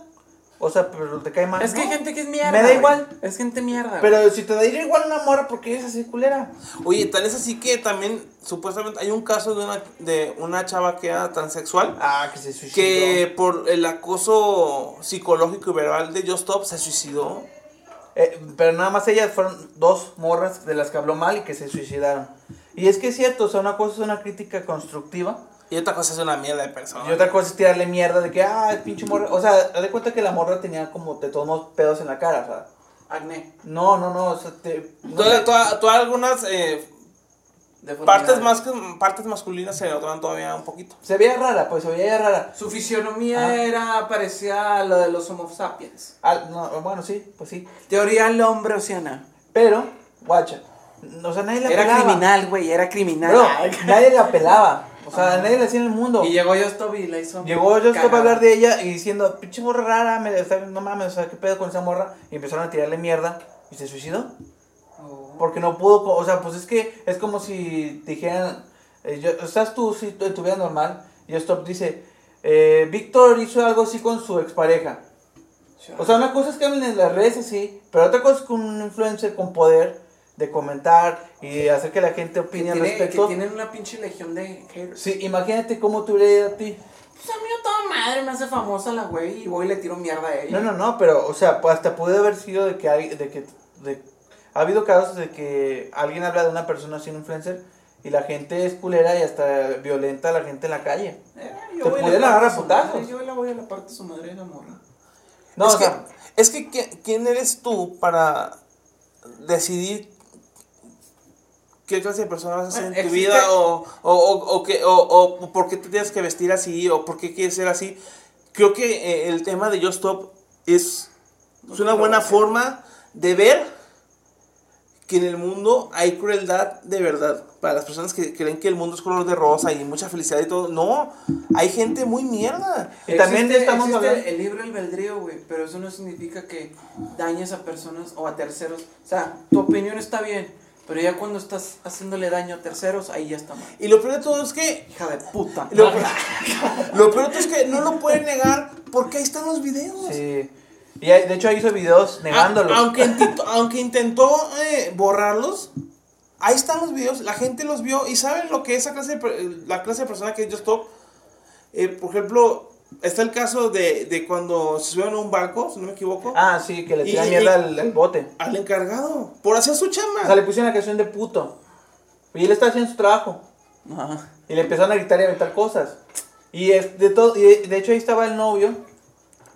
O sea, pero te cae mal.
Es que hay
"No".
gente que es mierda.
Me da
güey.
igual.
Es gente mierda. Ah, güey.
Pero si te da igual una morra, ¿por qué eres así culera?
Oye, tal es así que también supuestamente hay un caso de una, de una chava que era transexual
Ah, que se suicidó.
que por el acoso psicológico y verbal de Just Stop se suicidó.
Eh, pero nada más ellas fueron dos morras de las que habló mal y que se suicidaron. Y es que es cierto, o sea, una cosa es una crítica constructiva
Y otra cosa es una mierda de persona.
y otra cosa es tirarle mierda de que, ah, el pinche morra. O sea, haz de cuenta que la morra tenía como de todos modos pedos en la cara, o sea.
Acné.
No, no, no, o sea, te. no
Toda-
sé.
toda- toda algunas eh,
Pues
deformidad.
partes, más, partes masculinas se notaban todavía un poquito.
Se veía rara, pues se veía rara.
Su fisionomía
Ah.
era parecida a la de los Homo sapiens.
Ah, no, bueno, sí, pues sí.
Teoría del hombre oceana.
Pero, guacha, o sea, nadie la
Era
pelaba.
criminal, güey. Era criminal.
Bro, nadie la pelaba. O sea, a nadie le hacía en el mundo.
Y llegó Justop y la hizo.
Llegó yo
cagada.
para hablar de ella y diciendo, pinche morra rara, me- está- no mames, o sea, qué pedo con esa morra. Y empezaron a tirarle mierda y se suicidó.
Oh.
Porque no pudo, co- o sea, pues es que es como si te dijeran, eh, yo- estás tú si, tu- en tu vida normal. Y Stop dice, eh, Víctor hizo algo así con su expareja. O sea, una cosa es que hablen en las redes así, pero otra cosa es que un influencer con poder de comentar y hacer que la gente
que,
opine al
tiene- que
respecto.
tienen una pinche legión de haters.
Sí, imagínate cómo te hubiera ido a ti.
Pues a mí a toda madre me hace famosa la güey y voy y le tiro mierda a
No,
ella.
no, no, pero, o sea, pues, hasta puede haber sido de que hay, de que, de- ha habido casos de que alguien habla de una persona sin influencer y la gente es culera y hasta violenta a la gente en la calle.
Eh,
Te
voy y le
pudieron
parto
agarrar a
su
putazos.
madre, Yo la voy a la parte de su madre de la morra.
No,
es,
o
que,
sea,
es que, ¿qui- ¿quién eres tú para decidir qué clase de persona vas a ser
Bueno,
en tu
existe-
vida? O, o, o- o qué- o- o por qué te tienes que vestir así, o por qué quieres ser así. Creo que eh, el tema de Yo Stop es, es una buena forma de ver que en el mundo hay crueldad de verdad. Para las personas que creen que el mundo es color de rosa y mucha felicidad y todo. No, hay gente muy mierda.
y también
Existe-
estamos
existe
hablando...
el libre albedrío, güey, pero eso no significa que dañes a personas o a terceros. O sea, tu opinión está bien, pero ya cuando estás haciéndole daño a terceros, ahí ya está mal.
Y lo peor de todo es que
Hija de puta.
Lo, lo peor (laughs) es que no lo pueden negar porque ahí están los videos.
Sí. Y hay- de hecho hizo videos negándolo.
A- Ah, aunque, inti- aunque intentó eh, borrarlos, ahí están los videos, la gente los vio y saben lo que esa clase de per- la clase de persona que es Just Stop. Eh, por ejemplo, está el caso de, de cuando se suben a un barco, si no me equivoco,
Ah, sí, que le
Y-
tiran
y-
mierda al, al bote.
al encargado por hacer su
O sea,
chamba.
le pusieron la canción de puto. Y él está haciendo su trabajo.
Ajá.
Y le empezaron a gritar y a aventar cosas. Y es de todo, y de, de hecho ahí estaba el novio,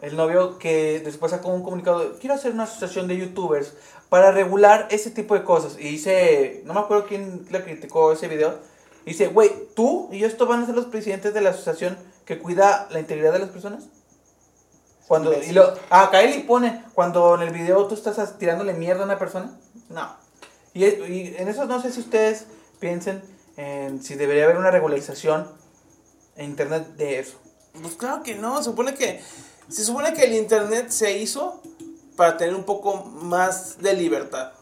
el novio que después sacó un comunicado, quiero hacer una asociación de youtubers para regular ese tipo de cosas. Y dice, no me acuerdo quién le criticó ese video, y dice, güey, tú y yo esto van a ser los presidentes de la asociación que cuida la integridad de las personas. Cuando, y lo, ah, a Kylie pone, cuando en el video tú estás as- tirándole mierda a una persona, no. Y, y en eso no sé si ustedes piensen en si debería haber una regularización en internet de eso.
Pues claro que no, se supone que se supone que el internet se hizo para tener un poco más de libertad.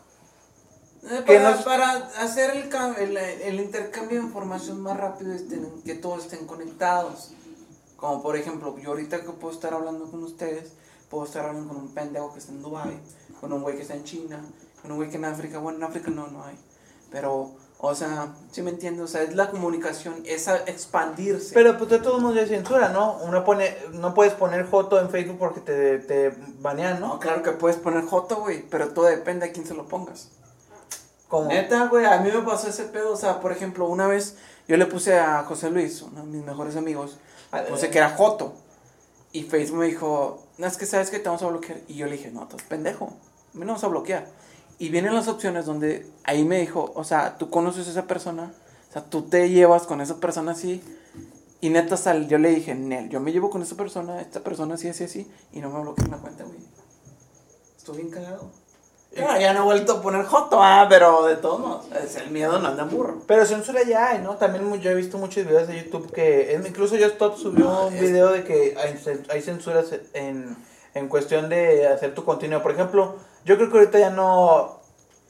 Eh,
Que
Para,
nos-
para hacer el, ca- el, el intercambio de información más rápido, estén- que todos estén conectados. Como por ejemplo, yo ahorita que puedo estar hablando con ustedes, puedo estar hablando con un pendejo que está en Dubai, con un güey que está en China, con un güey que en África, bueno, en África no, no hay. Pero, o sea, sí me entiendo, o sea, es la comunicación, es a- expandirse.
Pero pues de todos modos ya hay censura, ¿no? Uno pone, no puedes poner Joto en Facebook porque te, te banean,
no,
¿no?
claro que puedes poner Joto, güey, pero todo depende a quién se lo pongas.
Como,
Neta, güey, a mí me pasó ese pedo. O sea, por ejemplo, una vez yo le puse a José Luis, uno de mis mejores amigos, puse que era Joto. Y Facebook me dijo, no, es que sabes que te vamos a bloquear. Y yo le dije, no, tú eres pendejo, a mí no vas a bloquear. Y vienen las opciones donde ahí me dijo, o sea, tú conoces a esa persona, o sea, tú te llevas con esa persona así. Y neta, sal, yo le dije, Nel, yo me llevo con esa persona, esta persona así, así, así, y no me bloquean la cuenta, güey. Estoy bien cagado. Claro, ya no he vuelto a poner Joto, ah, pero de todos modos, es el miedo no anda en burro.
Pero censura ya hay, ¿no? También mu- yo he visto muchos videos de YouTube que, es- incluso yo Stop subió
No,
un
es-
video de que hay, cen- hay censuras en, en cuestión de hacer tu contenido. Por ejemplo, yo creo que ahorita ya no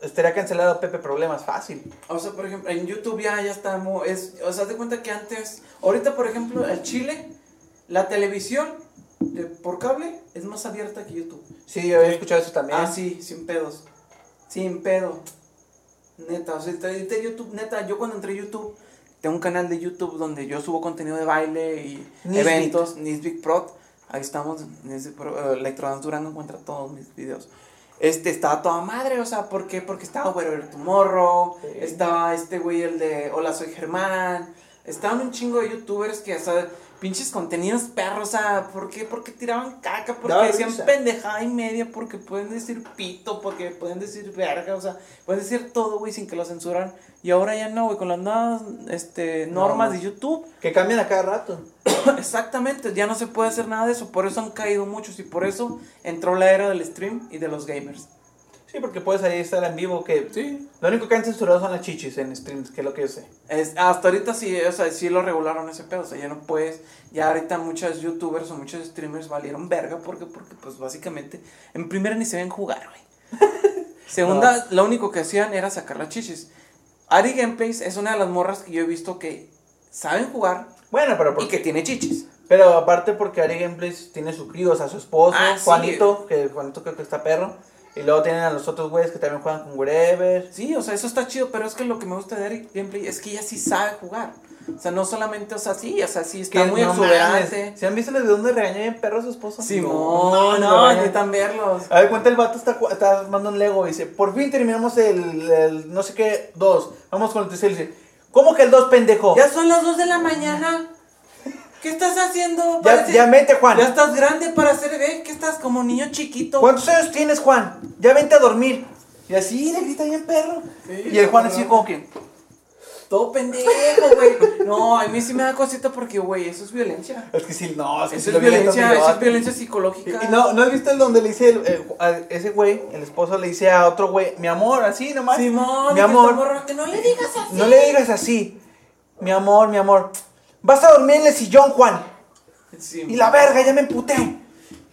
estaría cancelado Pepe Problemas fácil.
O sea, por ejemplo, en YouTube ya, ya está mo- es, o sea, haz de cuenta que antes, ahorita por ejemplo, el Chile, la televisión de- por cable es más abierta que YouTube.
Sí, yo he escuchado eso también.
Ah, sí, sin pedos. Sin pedo. Neta, o sea, ahorita- ahorita YouTube, neta, yo cuando entré a YouTube, tengo un canal de YouTube donde yo subo contenido de baile y
Nisbit.
eventos, Nisbit Prod. Ahí estamos, Nisbit Prod, eh, Electrodance Durango encuentra todos mis videos. Este, estaba toda madre, o sea, ¿por qué? Porque estaba Wherever Tomorrow,
Sí.
estaba este güey el de Hola Soy Germán, estaban un chingo de youtubers que, o sea, pinches contenidos perros, o sea, ¿por qué? Porque tiraban caca, porque
Daba
decían
risa.
pendejada y media, porque pueden decir pito, porque pueden decir verga, o sea, pueden decir todo, güey, sin que lo censuran. Y ahora ya no, güey, con las nuevas este, normas
Normas.
de YouTube, (laughs)
Que cambian a cada rato.
exactamente, ya no se puede hacer nada de eso, por eso han caído muchos y por eso entró la era del stream y de los gamers.
Sí, porque puedes ahí estar en vivo, que
Sí.
lo único que han censurado son las chichis en streams, que es lo que yo sé.
Es- hasta ahorita sí, o sea, sí lo regularon ese pedo, o sea, ya no puedes, ya ahorita muchas youtubers o muchos streamers valieron verga porque, porque pues básicamente, en primera ni se ven jugar, güey.
(laughs)
Segunda, lo único que hacían era sacar las chichis. Ari Gameplays es una de las morras que yo he visto que saben jugar
Bueno, pero
y que
porque,
tiene chichis.
pero aparte porque Ari Gameplays tiene su crío, o sea, su esposo,
Ah, sí.
Juanito, que Juanito creo que está perro. Y luego tienen a los otros güeyes que también juegan con Wherever.
Sí, o sea, eso está chido, pero es que lo que me gusta de Ari Gameplay es que ella sí sabe jugar. O sea, no solamente, o sea, sí, o sea, sí está muy
no
exuberante.
mames, ¿Se han visto los videos donde regaña bien perro a su esposa?
Simón,
No, no,
no,
no,
no,
no.
necesitan verlos.
A ver, cuenta el vato está, cu- está armando un Lego y dice, por fin terminamos el, el no sé qué, dos. Vamos con el tercero y dice, ¿cómo que el dos, pendejo?
Ya son las 2 de la mañana. ¿Qué estás
ya,
haciendo? Parece-
ya mete, Juan.
Ya estás grande para hacer, ve, que estás como niño chiquito.
¿Cuántos años tienes, Juan? Ya vente a dormir. Y así le grita bien perro.
Sí,
y el Juan así
cabrón.
como que,
Todo pendejo, güey. No, a mí sí me da cosita porque, güey, eso es violencia.
es que sí, no, es que sí
Eso
lo
es violencia,
violento,
eso
no.
es violencia
Y-
psicológica.
y no, ¿no has visto el donde le dice el- el- a ese güey, el esposo le dice a otro güey, mi amor, así nomás?
Simón,
mi
que
amor.
esta morra- que no le digas así.
No le digas así, mi amor, mi amor. Vas a dormir en el sillón, Juan.
Simón.
Y la verga, ya me emputé.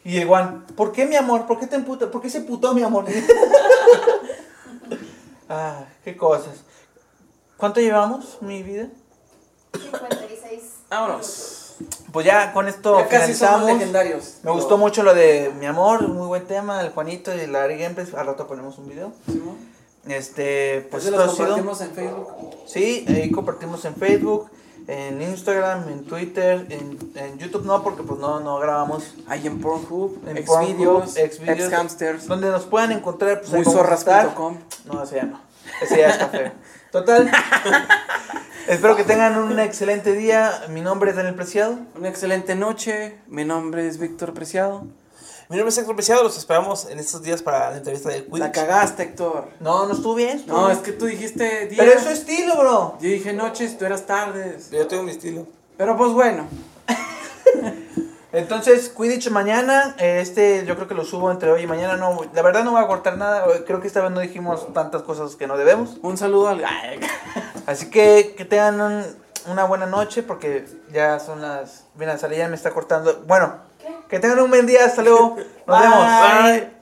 Y el Juan, ¿por qué, mi amor? ¿Por qué te emputas? ¿Por qué se putó, mi amor? (laughs) ah, qué cosas. ¿Cuánto llevamos, mi vida?
56.
Vámonos.
Pues ya con esto
Ya casi somos
finalizamos.
legendarios.
Me gustó mucho lo de mi amor, un muy buen tema, el Juanito y la Ari Gameplays. Al rato ponemos un video.
Simón.
Este, pues
Pues
esto
lo
ha sido.
compartimos en Facebook.
Sí, ahí compartimos en Facebook, en Instagram, en Twitter, en, en YouTube no, porque pues no, no grabamos.
Ahí en Pornhub,
En
en
Pornhub,
Xvideos,
Xvideos.
Xhamsters,
Donde nos puedan encontrar, pues ahí vamos a estar.
muyzorras.com.
No, ese ya no. Ese ya está
(laughs)
feo. Total. espero que tengan un excelente día. Mi nombre es Daniel Preciado.
Una excelente noche. Mi nombre es Víctor Preciado.
Mi nombre es Héctor Preciado, los esperamos en estos días para la entrevista del Quidditch.
La cagaste, Héctor.
No, no estuvo bien. estuvo
No,
bien.
es que tú dijiste día.
Pero es su estilo, bro.
Yo dije noches, tú eras tardes.
Yo tengo mi estilo.
Pero pues bueno.
Entonces, Quidditch mañana. eh, Este yo creo que lo subo entre hoy y mañana. No, la verdad no voy a cortar nada. Creo que esta vez no dijimos tantas cosas que no debemos.
Un saludo al. Ay,
Así que que tengan un- una buena noche porque ya son las... Mira, Sara ya me está cortando. Bueno,
¿Qué?
que tengan un buen día. Hasta luego. Nos
Bye.
vemos.
Bye.